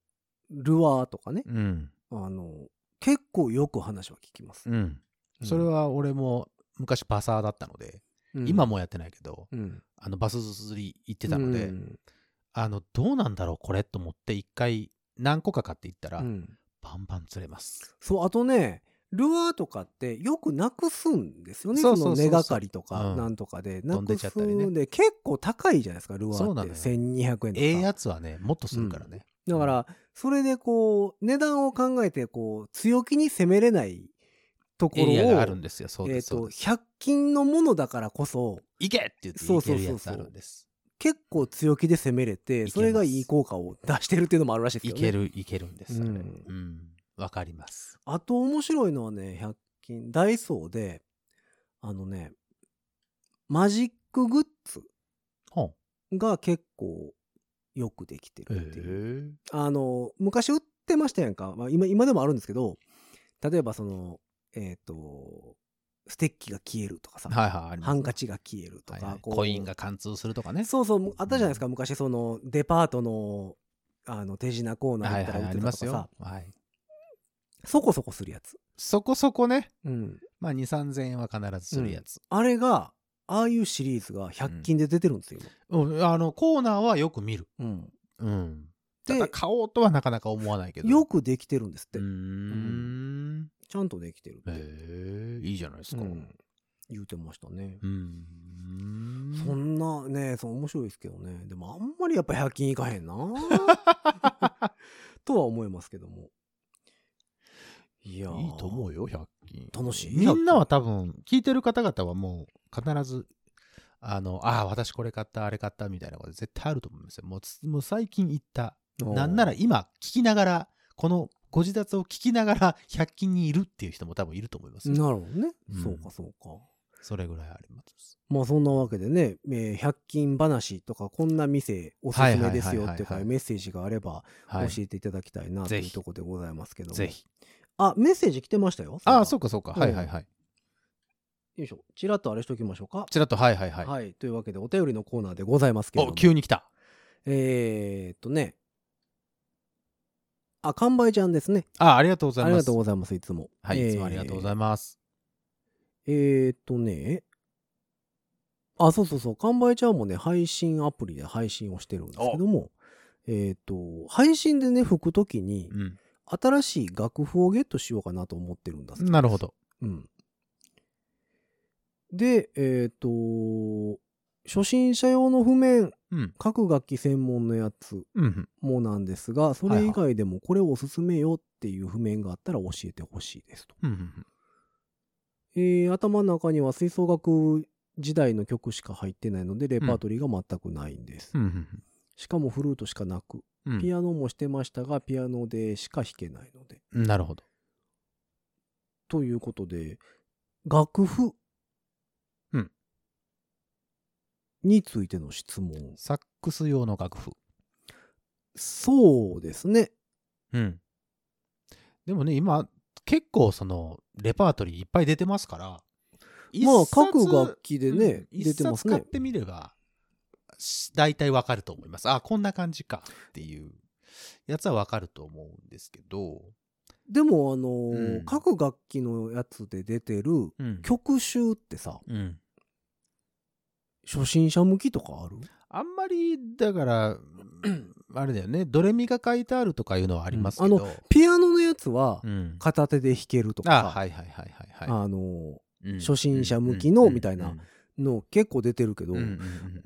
S2: ルアーとかね、
S3: うん。
S2: あの結構よく話は聞きます。
S3: うん。それは俺も昔バサーだったので、
S2: うん
S3: 今、もやってないけど、
S2: うん、
S3: あのバス釣り行ってたの
S2: う
S3: で、
S2: ん
S3: あの、どうなんだろうこれと思って一回何個か買っていったら、
S2: うん
S3: バンバン釣れます。
S2: そうあとねルアーとかってよくなくすんですよねそ
S3: そ
S2: う
S3: そうそうそう
S2: の根がかりとか
S3: うん
S2: なんとかで、な
S3: 飛んで
S2: く
S3: っちゃっ
S2: す
S3: たりね
S2: んで、結構高いじゃないですかルア
S3: そうな
S2: ーっ
S3: の
S2: て
S3: よ
S2: 1200円とか
S3: ええやつはね、もっとするからね。
S2: だから、それでこう、値段を考えて、こう、強気に攻めれないところ
S3: エ
S2: を、
S3: リアがあ
S2: えっ
S3: るんですよ。そうです。そう
S2: と、
S3: です
S2: 100均のものだからこそ、
S3: 行けって言って
S2: そ
S3: 行
S2: うそ
S3: け
S2: う
S3: る
S2: そ
S3: や
S2: う
S3: つ
S2: そう
S3: あるんです。
S2: 結構強気で攻めれて、
S3: ます
S2: それがいい効果を出してるっていうのもあるらしいです
S3: 行
S2: け
S3: け
S2: ど、ね。
S3: る、行けるんです。あれ
S2: う
S3: うんん。わかります。
S2: あと面白いのはね、100均、ダイソーで、あのね、マジックグッズ
S3: ほ
S2: が結構よくできて
S3: う。
S2: るっていう。あの、昔売ってましたやんか。まあ、今、今でもあるんですけど、例えばその、えっ、と、ステッキが消えるとかさ、
S3: はいはいあります。
S2: ハンカチが消えると
S3: はい
S2: か、
S3: はい
S2: こう
S3: コインが貫通するとかね。
S2: そうそう、あったじゃないですか。昔その、デパートの、あの、手品コーナー行
S3: はい
S2: った
S3: は
S2: ら
S3: い、
S2: 売っ
S3: あ
S2: て
S3: り
S2: た
S3: ま
S2: と
S3: す
S2: かさ、
S3: よ。はい。
S2: そこそこするやつ。
S3: そこそこね、
S2: うん。
S3: まあ2、3000円は必ずするやつ。
S2: あれが、ああいうシリーズが100均で出てるんですよ、
S3: うんあの、コーナーはよく見る。
S2: 今
S3: うん。
S2: で
S3: ただ買おうとはなかなか思わないけど。
S2: よくできてるんですって。
S3: うーん。
S2: ちゃんとできてるって。
S3: へえ、いいじゃないです
S2: う
S3: か。
S2: ん、言うてましたね。
S3: うーん
S2: そんなね、そう面白いですけどね。でもあんまりやっぱ100均いかへ んなとは思いますけども。いや
S3: いいと思
S2: う。
S3: うよ、100均。
S2: 楽しい。
S3: みんなは多分、聞いてる方々はもう、必ず、あの、ああ、私これ買った、あれ買った、みたいなこと絶対あると思いますよ。もうつ、もう最近行った。
S2: 100
S3: なんなら、今、聞きながら、このご自宅を聞きながら、100均にいるっていう人も多分いると思いますよ。
S2: なるほどね。
S3: うん
S2: そうかそうか。
S3: それぐらいあります。
S2: まあそんなわけでね、えー100均話とかこんな店おすすめですよ
S3: はいはいはいはいはい
S2: っていうかメッセージがあれば教
S3: はい。
S2: えていただきたいなと
S3: ぜ
S2: いう
S3: ひ
S2: ところでございますけども。
S3: ぜひ。
S2: あ、メッセージ来てましたよ。
S3: ああ、そううかそうか。はいはいはい。
S2: だ。よいしょ。ちらっとあれしときましょうか。
S3: ちらっと、はいはい
S2: は、
S3: はいい。
S2: というわけでお便りのコーナーでございますけれど
S3: お、
S2: も。
S3: 急に来た。
S2: えー、っとね。あ、完売ちゃんですね。
S3: ああ、ありがとうござい
S2: あ
S3: ます。
S2: りがとうございます、いつも。
S3: はい、いつもありがとうござ
S2: ま
S3: います。
S2: す。えー、っとね。あ、そうそうそう。完売ちゃんもね、配信アプリで配信をしてるんですけども、えー、っと、配信でね、吹くときに、
S3: うん。
S2: 新しい楽譜をゲットしようかなと思ってるんだそうです
S3: なるほ。ど。
S2: うん。で、えーっと、初心者用の譜面、
S3: うん。
S2: 各楽器専門のやつ
S3: うんうん。
S2: もなんですが、それ以外でもこれおすすめよっていう譜面があったら教えてほしいですと。
S3: うんうん
S2: えー頭の中には吹奏楽時代の曲しか入ってないので、レパートリーが全くないんです。
S3: うん。うんうん
S2: しかもフルートしかなく、
S3: うん
S2: ピアノもしてましたが、ピアノでしか弾けないので。
S3: うんなるほど。
S2: ということで、楽譜
S3: うん
S2: についての質問。
S3: サックス用の楽譜。
S2: そうですね。
S3: うん。でもね、今、結構その、レパートリーいっぱい出てますから、
S2: まあ、
S3: 一冊
S2: 各楽器で
S3: う
S2: ね
S3: ん、
S2: 出てます
S3: 一冊買っ
S2: ね。
S3: てみれば、し大体わかると思います。あ、こんな感じかっていうやつはわかると思うんですけど、
S2: でも、あのー
S3: うん
S2: 各楽器のやつで出てる
S3: うん
S2: 曲集ってさ、
S3: うん
S2: 初心者向きとかある
S3: あんまり、だから、あれだよね、ドレミが書いてあるとかいうのはありますけ
S2: うんあ
S3: ど、
S2: ピアノのやつは
S3: うん
S2: 片手で弾けると
S3: あ、
S2: か、
S3: はいはいはいはいは
S2: あの
S3: いうん。
S2: 初心者向きのみたいな
S3: うん
S2: ーの結構出てるけど
S3: うん、うんう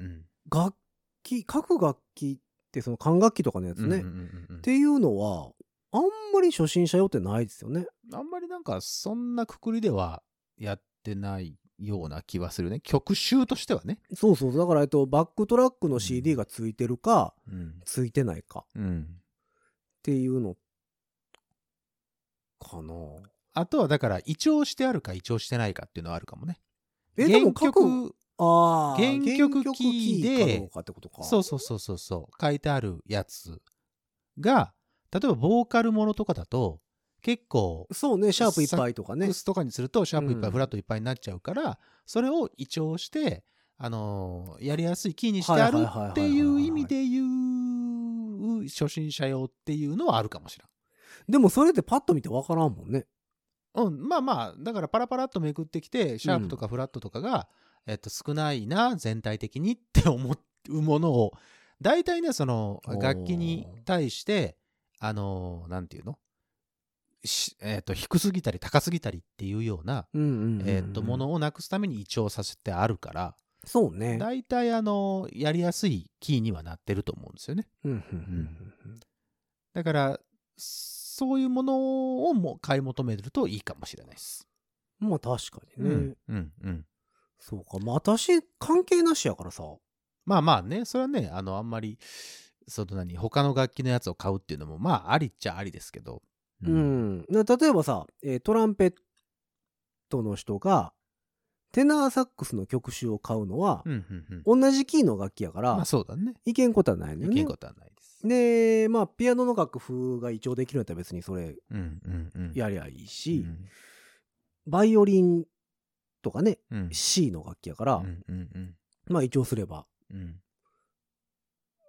S3: ん
S2: 楽器、各楽器ってその管楽器とかのやつ
S3: うん。
S2: ね、
S3: うん
S2: っ
S3: うんうんうん
S2: ていうのは、あんまり初心者用ってないですよね。
S3: あんまりなんかそんなくくりではやってないような気はするね。曲集としてはね。
S2: そうそう。だから、えっと、バックトラックの CD がついてるか、
S3: うん。
S2: ついてないか。
S3: うん。
S2: っていうのかな
S3: あとはだから、一応してあるか一応してないかっていうのはあるかもね。
S2: えでも
S3: 原
S2: 各
S3: 曲、
S2: あー
S3: 原曲キーで
S2: 原曲キかどうかってことか
S3: そうそうそうそうそう、書いてあるやつが、例えばボーカルものとかだと、結構、
S2: そうねシャープいっぱいとか
S3: ミッ
S2: ね
S3: クスとかにすると、シャープいっぱ
S2: う
S3: い、
S2: ん
S3: フラットいっぱいになっちゃうから、それを一聴して、あのーやりやすいキーにしてある
S2: はいはいはいはいはいはい
S3: っていう意味で言う、初心者用っていうのはあるかもしれん。
S2: でもそれってパッと見てわからんもんね
S3: うん、まあまあ、だからパラパラっとめくってきて、シャープとかフラットとかが、えっと、少ないな、全体的にって思うものを、大体ね、その、
S2: おー
S3: 楽器に対して、あのーなんていうのしえっと、低すぎたり高すぎたりっていうような、
S2: うんうんうんうん
S3: えっと、ものをなくすために一応させてあるから、
S2: そうね
S3: 大体、あのーやりやすいキーにはなってると思うんですよね。
S2: うんうんうん
S3: だから、そういうものをも買い求めるといいかもしれないです。
S2: うんまあ確かにね、
S3: うん、うん、うん。
S2: そうかまあ私関係なしやからさ
S3: まあまあね、それはね、あの、あんまり、その何、他の楽器のやつを買うっていうのも、まあ、ありっちゃありですけど。
S2: う。ん、な例えばさ、えートランペットの人がテナーサックスの曲集を買うのは
S3: う、ん、うん、うん。
S2: 同じキーの楽器やから、
S3: まあ、そうだね。
S2: いけんことはないの
S3: い
S2: よ
S3: け
S2: ね
S3: んことはないです。
S2: でまあピアノの楽譜が一応できるんやったら別にそれ
S3: うん、うん、うん。
S2: やりゃいいうし、
S3: ん、
S2: バイオリンとかね
S3: うん。
S2: C の楽器やから、
S3: うん、うん、うん。
S2: まあ一応すれば
S3: うん。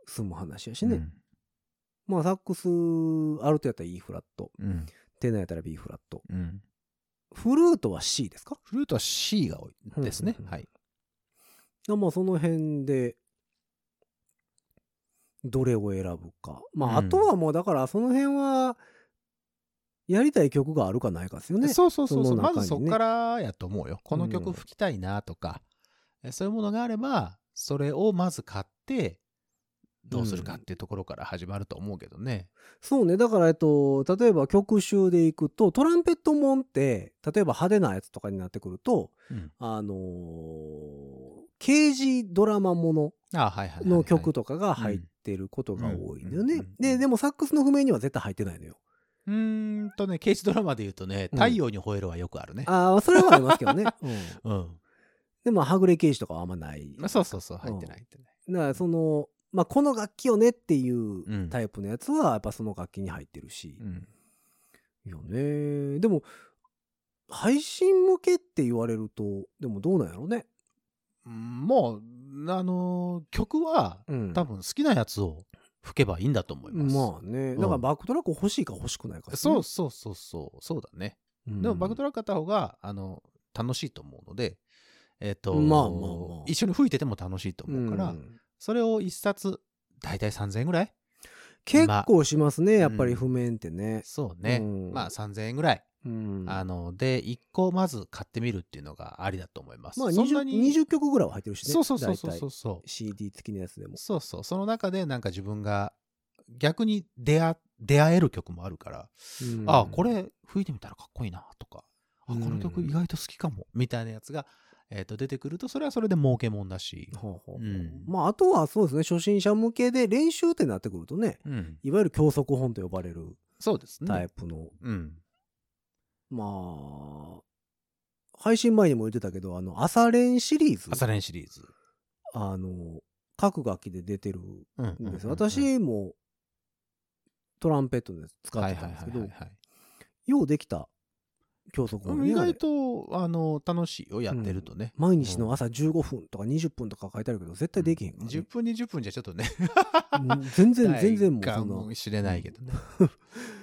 S2: 済む話やしね、まあサックスアルトやったら E フラット
S3: うん、
S2: テナーやったら B フラット
S3: うん。
S2: フルートは C ですか
S3: フルートは C が多いですね
S2: うん。うんうん
S3: はい。
S2: まあその辺でどれを選ぶかまあ
S3: う
S2: あ
S3: ん
S2: とはもうだからその辺はやりたい曲があるかないかですよね
S3: そうそうそうそ
S2: そ
S3: う、
S2: の中
S3: ま
S2: にね
S3: ずそこからやと思うよ。この
S2: う
S3: 曲
S2: ん
S3: 吹きたいなとか、えそういうものがあれば、それをまず買って、どうするかっていうところから始まると思うけどね。
S2: そうね。だから、えっと、例えば曲集でいくと、トランペットもんって、例えば派手なやつとかになってくると、
S3: うん。
S2: あのー刑事ドラマもの
S3: あはいはいはいはい。
S2: の曲とかが入ってることが多いんだよ
S3: うん
S2: ね
S3: うん。
S2: で、でもサックスの譜面には絶対入ってないのよ。
S3: うーんとね、刑事ドラマで言うとね、
S2: うん
S3: 太陽に吠えろはよくあるね。
S2: ああ、それはありますけど ね。うん
S3: うん。
S2: でも、はぐれ刑事とかはあんまない。だ
S3: まあ
S2: か
S3: そうそうそう、入ってない入ってない。
S2: ら、その、まあ、この楽器よねってい
S3: うん
S2: うタイプのやつは、やっぱその楽器に入ってるし。
S3: うん。
S2: よね。でも、配信向けって言われると、でもどうなんやろね。
S3: もう、あのー曲は
S2: うん
S3: 多分好きなやつを吹けばいいんだと思います。
S2: まあね。
S3: ん
S2: だからバックトラック欲しいか欲しくないか、
S3: そうそうそうそう、そうだね。
S2: うん。
S3: でもバックト
S2: ラッ
S3: ラックあった方が、あの、楽しいと思うので、えっ、と、
S2: まあまあまあ
S3: 一緒に吹いてても楽しいと思うから、それを一冊、大体3000円ぐらい
S2: 結構しますね、やっぱ
S3: う
S2: り
S3: ん
S2: 譜面ってね。
S3: そうね。
S2: うん
S3: まあ3000円ぐらい
S2: うん
S3: あの、で、1個まず買ってみるっていうのがありだと思います。
S2: まあ
S3: そん
S2: 20,
S3: なに。
S2: 20曲ぐらいは入ってるしね。
S3: そうそうそうそう
S2: 大
S3: そ
S2: 体
S3: うそう。
S2: CD 付きのやつでも。
S3: そうそう。その中でなんか自分が逆に出会出会える曲もあるから、
S2: うん
S3: ああ、これ吹いてみたらかっこいいなとか、
S2: う
S3: あこ
S2: ん
S3: の曲意外と好きかも、みたいなやつが、えっ、と、出てくると、それはそれで儲けもんだし、
S2: ほうほうほう
S3: うん
S2: まあ、あとはそうですね、初心者向けで練習ってなってくるとね、
S3: うん。
S2: いわゆる教則本と呼ばれる
S3: そうです
S2: タ
S3: ね
S2: イ。プの、
S3: うん。
S2: まあ、配信前にも言ってたけど、あの、朝練シリーズ、
S3: 朝練シリーズ。
S2: あの、各楽器で出てるん
S3: うんうんうんうん
S2: です。、私も、トランペットのやつ使ってたんですけ
S3: は
S2: ど
S3: いはい、はい
S2: ようできた教則
S3: はい
S2: 本
S3: はい、意
S2: ねあれ
S3: 外と、あの、楽しいよ、やってるとね。
S2: 毎日の朝15分とか20分とか書いてあるけど、絶対できへんからね
S3: 10分20分じゃちょっとね、
S2: もう全 然、全然もう
S3: か
S2: そんな
S3: も。しれない けどね。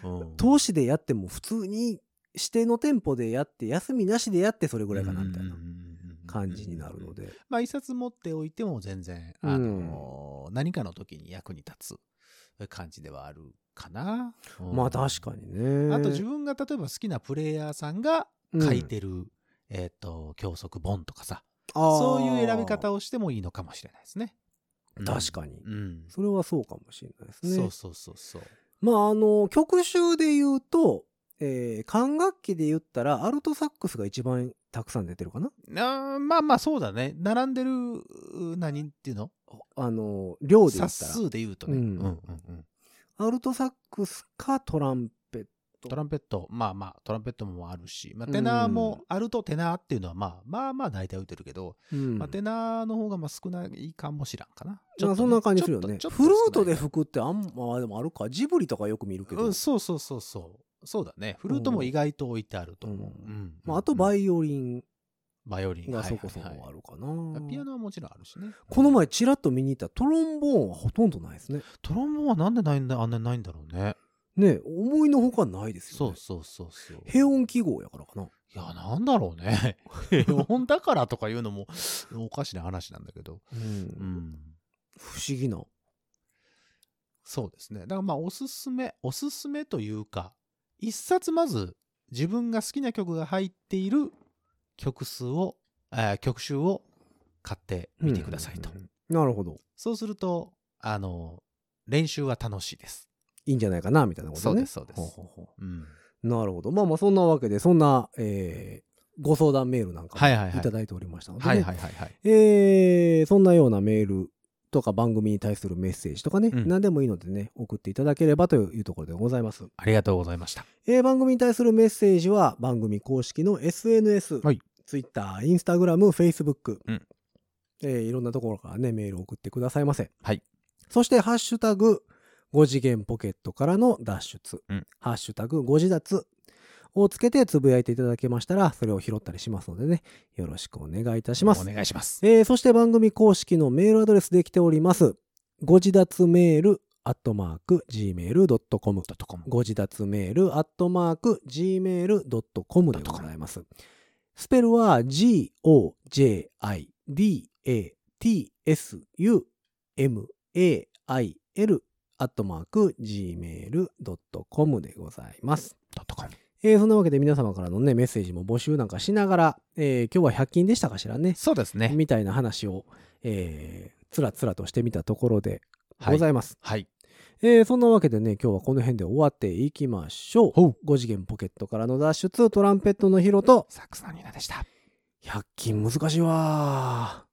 S3: うん
S2: 投資でやっても普通に指定の店舗でやって休みなしでやってそれぐらいかなみたいな感じになるので
S3: まあ、一冊持っておいても全然、あのー何かの時に役に立つ感じではあるかな。うん
S2: まあ確かにね
S3: あと自分が例えば好きなプレイヤーさんが書いてる、えっ、と、教則本とかさ、そういう選び方
S2: を
S3: をしてもいいのかもしれないですね。
S2: 確かに
S3: に。うん。
S2: それはそうかもしれないですね
S3: そうそうそうそう。
S2: まああの曲集で言うとえー管楽器で言ったらアルトサックスが一番たくさん出てるかな
S3: あーまあまあそうだね。並んでる、う何っていうの
S2: あの量で言っ
S3: 冊
S2: た
S3: 数で言うとね。
S2: うん
S3: うんうんうん
S2: らアルトサックスかトランペッ
S3: トランペット、まあまあ、トランペットもあるし、まあ、テナーも、アルト、テナーっていうのは、まあまあまあ大体打てるけど、
S2: ト、うん
S3: まあ、テナーの方がまあ少ないかもしらんかな。
S2: まあそんな感じするよね
S3: ちょっと
S2: フルートで
S3: ちょっと少
S2: 吹くっ
S3: ない
S2: てあんまあでもあるかジブリとかよく見るけど、
S3: うん、そうそうそうそう。そうだね。フルートも意外と置いてあると思う。
S2: うん
S3: うん
S2: まあ、あとバイオリン
S3: バイオリン
S2: がそこそこ
S3: はい
S2: あ
S3: はいはい
S2: るかな、
S3: ピアノはもちろんあるしね。
S2: この前ちらっと見に行ったトロンボーンはほとんどないですね
S3: トロンボーンはなんでないんだ、あんなにないんだろうね。
S2: ねえ思いのほかないですよ
S3: そう
S2: ね
S3: そうそうそう。
S2: 平穏記号やからかない
S3: や、なんだろう ね。平穏だからとか言うのもおかしな話なんだけど。
S2: うん、
S3: うん。
S2: 不思議な
S3: そうですね。だからまあ、おすすめ、おすすめというか、一冊まず自分が好きな曲が入っている曲数を、えー曲集を買ってみてくださいと。
S2: うんうんうんなるほど
S3: そうすると、あの、練習は楽しいです。
S2: いいんじゃないかなみたいなことね
S3: そうですそうです
S2: ほほほ
S3: うん。
S2: なるほどまあまあそんなわけでそんな、えーご相談メールなんかも
S3: はいはいはい
S2: いただいておりましたのでね、
S3: はいはいはいはい。
S2: えーそんなようなメールとか番組に対するメッセージとかね、
S3: うん
S2: 何でもいいのでね、送っていただければというところでございます。
S3: ありがとうございました。
S2: えー番組に対するメッセージは番組公式の SNS、
S3: はい
S2: Twitter、Instagram、Facebook、
S3: うん
S2: えーいろんなところからね、メールを送ってくださいませ。
S3: はい
S2: そして、ハッシュタグ、5次元ポケットからの脱出、
S3: うん
S2: ハッシュタグ、5次脱をつけてつぶやいていただけましたら、それを拾ったりしますのでね、よろしくお願いいたします
S3: お。願いします。
S2: えーそして番組公式のメールアドレスで来ております。ご自立メールアットマーク gmail.com
S3: ドットコム
S2: ご自立メールアットマーク gmail.com でございます。スペルは g-o-j-i-d-a-t-s-u-m-a-i-l アットマーク gmail.com でございます。
S3: ドットコム
S2: えーそんなわけで皆様からのね、メッセージも募集なんかしながら、えー今日は100均でしたかしらね。
S3: そうですね。
S2: みたいな話を、えーつらつらとしてみたところで
S3: は
S2: ござ
S3: い。
S2: います。
S3: はい。
S2: えーそんなわけでね、今日はこの辺で終わっていきましょう。
S3: ほう。
S2: 5次元ポケットからの脱出、トランペットのヒロと、
S3: サックスのニーナでした。
S2: 100均難しいわー。